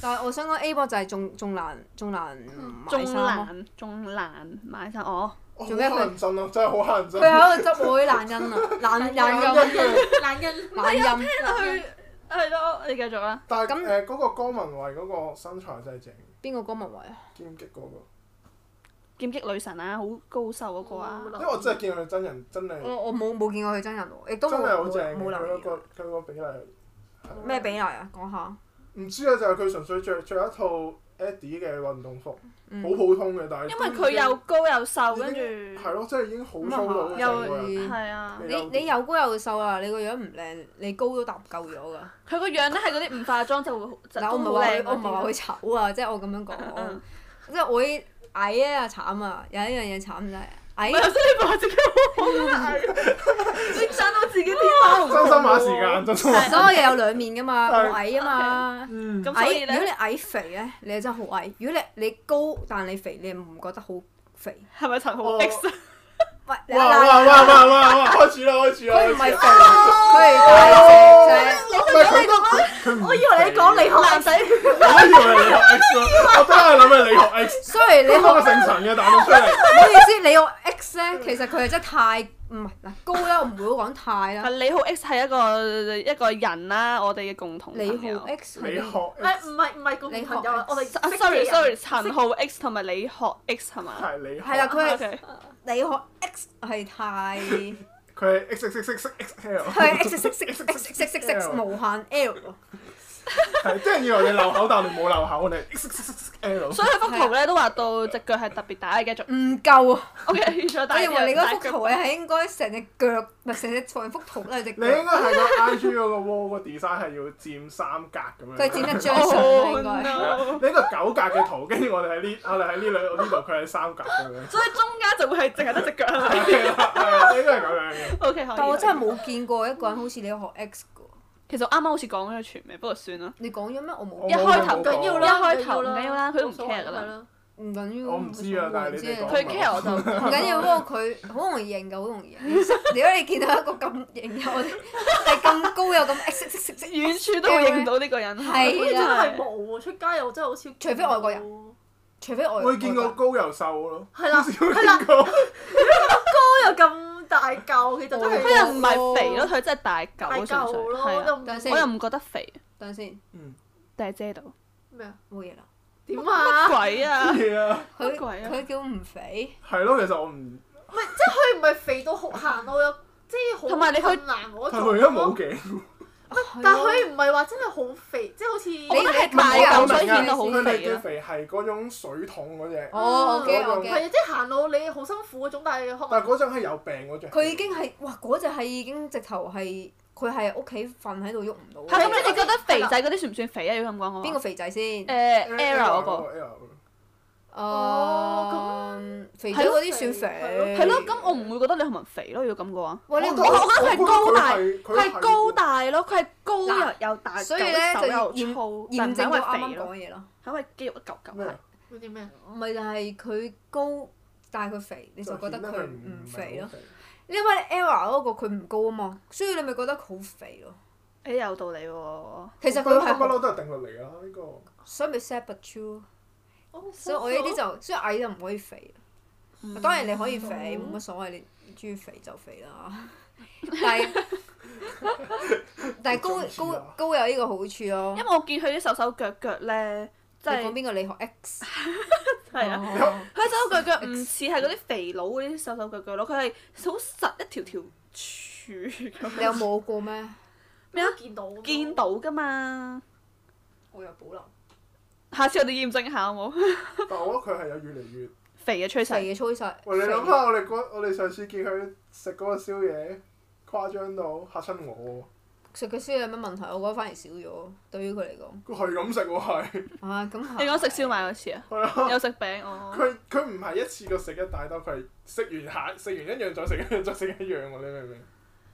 但係我想講 A 波就係仲仲難仲難買
仲
衫啊咯，
難仲難買衫哦，
我好
做咩佢
乞人憎啊！真係好乞
佢
人憎。
喺度執我啲懶
(laughs)
ờ,
音啊，懶懶音
懶人。
懶音，
去係咯，你繼續啊啦。
但係
咁
誒嗰個江文慧嗰個身材真係正，
邊個江文偉啊？
兼擊嗰個。
劍擊女神啊，好高瘦嗰個啊，
因為我真係見佢真人真係
我我冇冇見過佢真人喎，亦嗯都
真
冇
係好
冇
正嘅，
冇
佢
留
嗰
意啊
個
過。
佢個比例。
咩比例啊？講下，
唔知啊，就係佢純粹着着一套 Adi 嘅運動服，
嗯
好普通嘅，但係
因為佢又高又瘦，跟
已經
住
係咯，即係已經好粗
咁
魯
啊
成個人。
又
係啊，
你你又高又瘦啊！你個樣唔靚，你高都搭夠咗㗎。
佢個樣咧係嗰啲唔化妝就會好就
嗱，我
都
唔係
好靚
話佢，我
嗰
唔係話
啲
佢醜啊，即係我咁樣
嗯
講
嗯，
即係我啲矮咧啊慘啊，有一樣嘢慘就係矮
我頭先你話自己好好啦，你讚到自己天花龍
真心馬時間，真心馬。
(laughs) 所有嘢有兩面
(laughs)
噶嘛，
係
我矮啊嘛。
嗯，
咁
矮，
所以
如果你
咧
矮肥咧，你係真係好矮；如果你你高但你肥，你唔覺得好肥？
係咪陳浩
我
X 啊
喂，你
哇哇哇哇哇哇！開始啦，開始啦，
佢唔係
開始
肥，
啦。
佢係
哦
大隻。
唔係佢佢唔，我以為
講你好男仔。
我以為你學 X 咯，我真係諗起你學 X，
sorry，你
(laughs)
你學
好
個姓陳嘅彈到出嚟。
唔好意思，你個 X 咧，其實佢係真係太唔係嗱高啦，我唔會講
(laughs)
太啦。
係李浩啊 X 係一個一個人啦，我哋嘅共同朋友
你好 X，
你學
誒唔係唔係個
你學
朋友啊，我哋
啊
識嘅
，sorry
人
sorry，陳浩 X 同埋李學 X 係嘛？
係你學
係啦，佢係
OK
你個 X 係太。
佢係 X X X X X L，
佢 X X X X X X X 無限 L，
係即係以為你漏口，但你冇漏口，你 X X X L。
所以幅圖咧都話到隻腳係特別大，繼續。
(laughs) 唔夠啊！
OK，咗
我
大
認為你嗰
嗰
幅圖咧係應該成隻腳，唔係成隻成幅圖都係隻
你應
腳，
該係個 I G 嗰個 wall 個 design 係要佔三格咁樣。
佢係剪一張相啦
Oh，
應該。
呢
所
個九格嘅圖，跟住我哋喺呢，我哋喺呢兩呢度，佢喺三格咁樣。
以中間就會係淨係得隻腳
(laughs)
係咪
係啦係啦，應該係咁樣嘅。
？OK，可以
但我真係冇見過一個人好似你學 X 嘅喎，
其實我啱啱好似講咗個全名，不過算啦。
你講咗咩？我
我
冇
一開頭
冇
唔緊要
講
啦，
一開頭唔緊要啦佢都唔
冇所謂
care 㗎啦
係咯
唔緊要，
我唔知啊但係你哋講
佢 care 我就
唔緊要，不過佢好容易認㗎，好容易認。你識如果你見到一個咁型嘅，我哋係咁高又咁識識識識，
遠處都會認到呢個人。
啊係啊
好似真
啊
係冇喎，出街又真係好少。
除非外國人，除非我
我見過高又瘦咯，
係啦
好少見
係啦
過
高又咁大嚿，其實都係
佢又唔係肥咯，佢真係大
大
嚿純粹
嚿咯，
係
又
啦
唔
啊等陣先
我又唔覺得肥，
等陣先，
嗯
但係遮到。
咩啊？
冇嘢啦。
點
乜
啊？
鬼啊！
嘢啊，
佢
乜鬼啊
佢叫唔肥，
係咯，其實我唔，
唔係，即係佢唔係肥到好行路有，即係好
同埋你去
困難嗰
但
種
佢而家冇
咯。
頸，
但佢唔係話真係好肥，即係好似
我覺得係大
但
我
嚿，
明
所以
啊
顯到好
佢哋
肥
嘅
啊！
肥係嗰種水桶嗰隻，
哦，OK
嗰種
OK，
係啊，即係行路你好辛苦嗰種，但係可
但
能
係嗰種係有病嗰隻。
佢已經係哇嗰只係已經直頭係佢係屋企瞓喺度喐唔到
係
啊。
咁，你哋覺得肥仔嗰啲算唔算肥啊？要咁講我
邊個肥仔先？
誒 Era 嗰個
Era
哦
誒，嗯肥仔嗰啲算肥。
係咯，咁我唔會覺得你同人肥咯。如果咁嘅話，
喂，你
我
我
覺得
我
我覺得佢係高大，
佢係
佢係高大咯，佢係高
嗱
又又大嚿，
所以咧就
手
驗
又粗，但唔係
驗證
因
咗
為
啱啱
肥
講
咯，
嘢啦。
係因為肌肉一嚿嚿
咩
係
啊。
嗰啲咩？
咪就係佢高，但係佢肥，你就覺得
顯
佢
佢
唔
係
肥
好
咯。因為 Ella 嗰個佢唔高啊嘛，所以你咪覺得佢好肥咯。
誒哎有道理喎。
其實
不
佢
嬲不
係，
嬲都係定律嚟㗎啦，呢個
所以咪 sad but true 咯。
哦
所以我呢啲就，所以矮就唔可以肥。當然你可以肥，
嗯
冇乜所謂，你中意肥就肥啦。但係但係
你中
高
意
高
啊
高有呢個好處咯。
因為我見佢啲手手腳腳咧，即
你講
係
邊個你學 X？
係啊，
哦
佢手手腳腳唔似係嗰啲肥佬嗰啲手手腳腳咯，佢係好實一條條柱咁。
你有摸過咩？
咩啊？
見到
見到噶嘛？
我有保留。
下次我哋驗證下好冇？
但我覺得佢係有越嚟越。
肥嘅趨勢。
肥嘅趨勢。
喂，你
肥
諗下，我哋嗰我哋上次見佢食嗰個宵夜，誇張到嚇親我
食嘅宵有乜問題？我覺得反而少咗，對於佢嚟講。
喎，佢係咁食喎係。
啊，咁
你
係
講食燒賣嗰次啊？有食餅哦我。
佢佢唔係一次過食一大兜，佢係食完下食完一樣再食一樣再食一樣喎，你明唔明？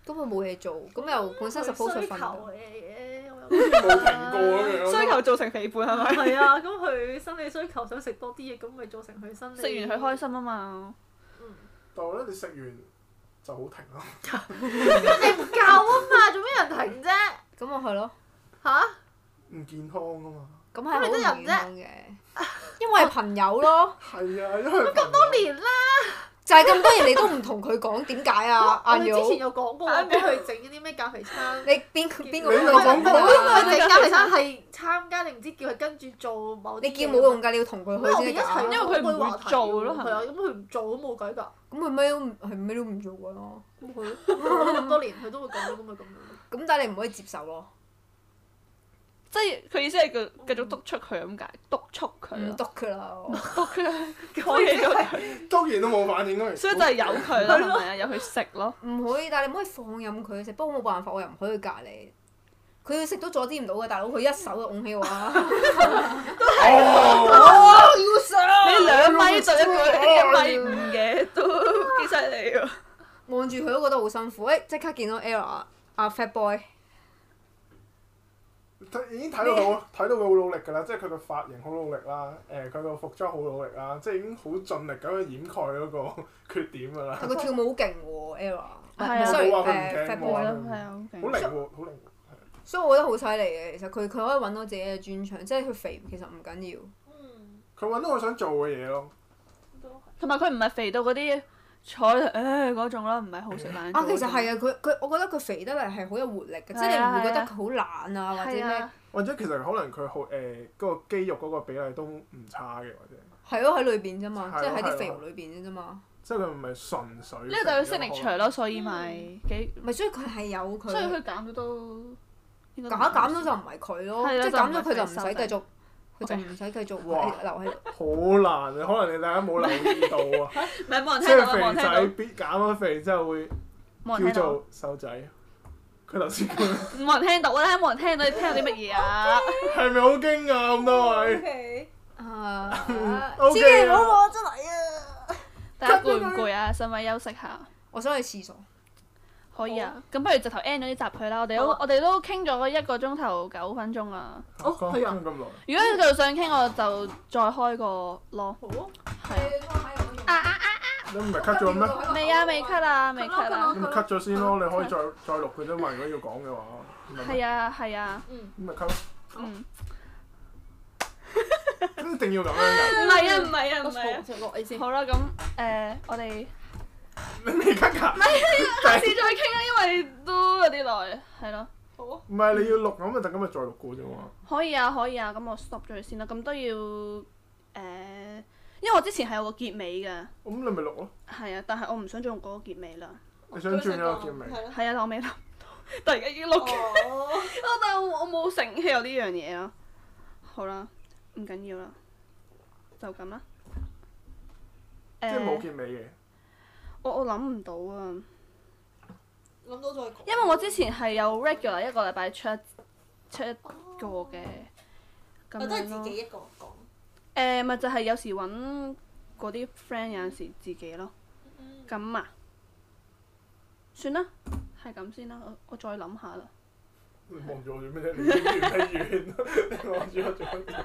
根本冇嘢做，咁又本身 suppose
需
就
求
瞓
嚟
㗎。
嘅，我
好
又
似冇停過咁樣咯。
需求造成肥胖係咪？
係啊，咁佢生理需求想食多啲嘢，咁咪造成佢生理。
(laughs) 食完佢開。心啊嘛。
但係我覺得你食完就好停咯。
你唔夠啊嘛，做咩人停啫？
咁咪係咯，
吓？
唔健康啊嘛。
咁係好
咁
唔
你都
健
人啫
康嘅。因為朋友咯，
係啊，因為咁多
年啦，
就係咁多嘢你都唔同佢講，點解啊？
我
阿
哋之前
耀，
有講過
阿
話
苗
幫佢整嗰啲咩減肥餐。
你邊個邊個
你有講過
我
啊
整減肥餐係參
啊
加定唔知叫佢跟住做某啲嘢
你叫冇用㗎，你要同佢
咁啊
去
我哋
先
一
得
齊
㗎。
因為佢唔會做咯係咪
係啊，咁佢唔做都冇計㗎。
咁佢咩都唔係咩都唔做㗎咯。
咁佢咁多年佢都會講到咁嘅咁樣。
咁但係你唔可以接受咯，
即係佢意思係佢繼續督促佢咁解，督促佢
唔
咯，
篤佢啦。
督佢，我嘢咗佢，
當然都冇反應咯。
所以就係由佢啦，係咪啊？由佢食咯，
唔可以，但係你唔可以放任佢食。不過冇辦法，我又唔可以隔離。佢食都阻止唔到嘅，大佬佢一手就拱起我啦。
(laughs)
哦，
要啊
你兩米對一
哦
個一米五嘅都幾犀利喎！
望住佢都覺得好辛苦。誒、哎即刻見到 Ella 阿 Fat Boy，
睇已經睇到佢好睇到佢好努力㗎啦，即係佢個髮型好努力啦，誒佢個服裝好努力啦，即係已經好盡力咁樣掩蓋嗰個缺點㗎啦，
但佢跳舞好勁喎，Ella。唔
係啊
係 sorry，
冇話佢唔勁
誒 Fat
冇話
Boy
佢。
啊，好
好靈活，好靈活。
所以我覺得好犀利嘅，其實佢佢可以揾到自己嘅專長，即係佢肥其實唔緊要。
嗯，
佢揾到佢想做嘅嘢咯，
都係。
同埋佢唔係肥到嗰啲彩誒嗰種啦，唔係好食懶
啊，其實係啊，佢佢我覺得佢肥得嚟係好有活力嘅，即係你唔會覺得佢好懶啊或者
係
咩
啊，，
或者其實可能佢好誒嗰個肌肉嗰個比例都唔差嘅，或者
係咯喺裏邊啫嘛，
係咯
即係
係
喺啲
咯
肥肉裏邊啫嘛。
即係佢唔係純粹。啊
呢個就係佢識力除咯，所以咪幾，
咪所以佢係有佢
所以佢減咗都減
減減咗就唔係佢咯，
係啦
即係減咗佢就唔
就唔係
使繼續，佢就
OK
唔使繼續
哇
留喺度。
好難啊！可能你大家冇留意到
(laughs)
啊，
唔係冇人
即
聽到
係
啊，冇人
肥
聽
仔
到，
必減咗肥之後會叫
冇人聽到。
做瘦仔。佢頭先講
冇人聽到啊！冇人聽到，你聽到啲乜嘢 (laughs) 啊？
係咪好驚訝咁多位？
K。
啊 (laughs)
O
千
K
祈唔
啊
好
我真係啊！
大家攰唔攰啊？使唔使休息下？
我想去廁所。
可以啊，咁不如直頭 end 咗呢集佢啦。我哋都
好啊
我哋都傾咗一個鐘頭九分鐘啦。
哦
講
係啊
講咁耐，
如果你繼續想傾，我就再開個咯。
好啊
係
你唔係 cut 咗咩？
啊，未啊，未 cut 啊，未 cut 啊。
咁咪 cut 咗先咯，你可以再再錄嘅啫嘛。如果要講嘅話，明唔明
係啊，係啊，
嗯，
咁咪 cut 咯
嗯，
一定要咁樣㗎。
唔係啊，唔係啊，唔
我
係啊
嘈。食落你先。
好啦，咁誒、呃我哋
你未 cut 㗎？
下次再傾啦，因為都有啲耐，係咯。
好啊，
唔係你要錄，咁咪就今日再錄過啫嘛。
可以啊，可以啊，咁我 stop 咗佢先啦。咁都要誒、呃因為我之前係有個結尾嘅，
咁你咪錄咯。
係啊，但係我唔想再用嗰個結尾啦。
你想轉一個結尾？
係咯。
係啊，我未諗， (laughs) 突然間已經錄。
哦，
我但我我冇醒起有呢樣嘢咯。好啦，唔緊要啦，就咁啦。
即
誒、
係冇結尾嘅。
我我諗唔到啊，
諗到再講。
因為我之前係有 regular 一個禮拜出一出一個嘅，咁
哦我都係
樣咯
自。己一個講。
誒咪、就係有時揾嗰啲 friend，有陣時自己咯。
嗯
咁啊，算啦，係咁先啦。我我再諗下啦。
你望住我做咩啫？你越嚟越遠，你望住我做乜嘢？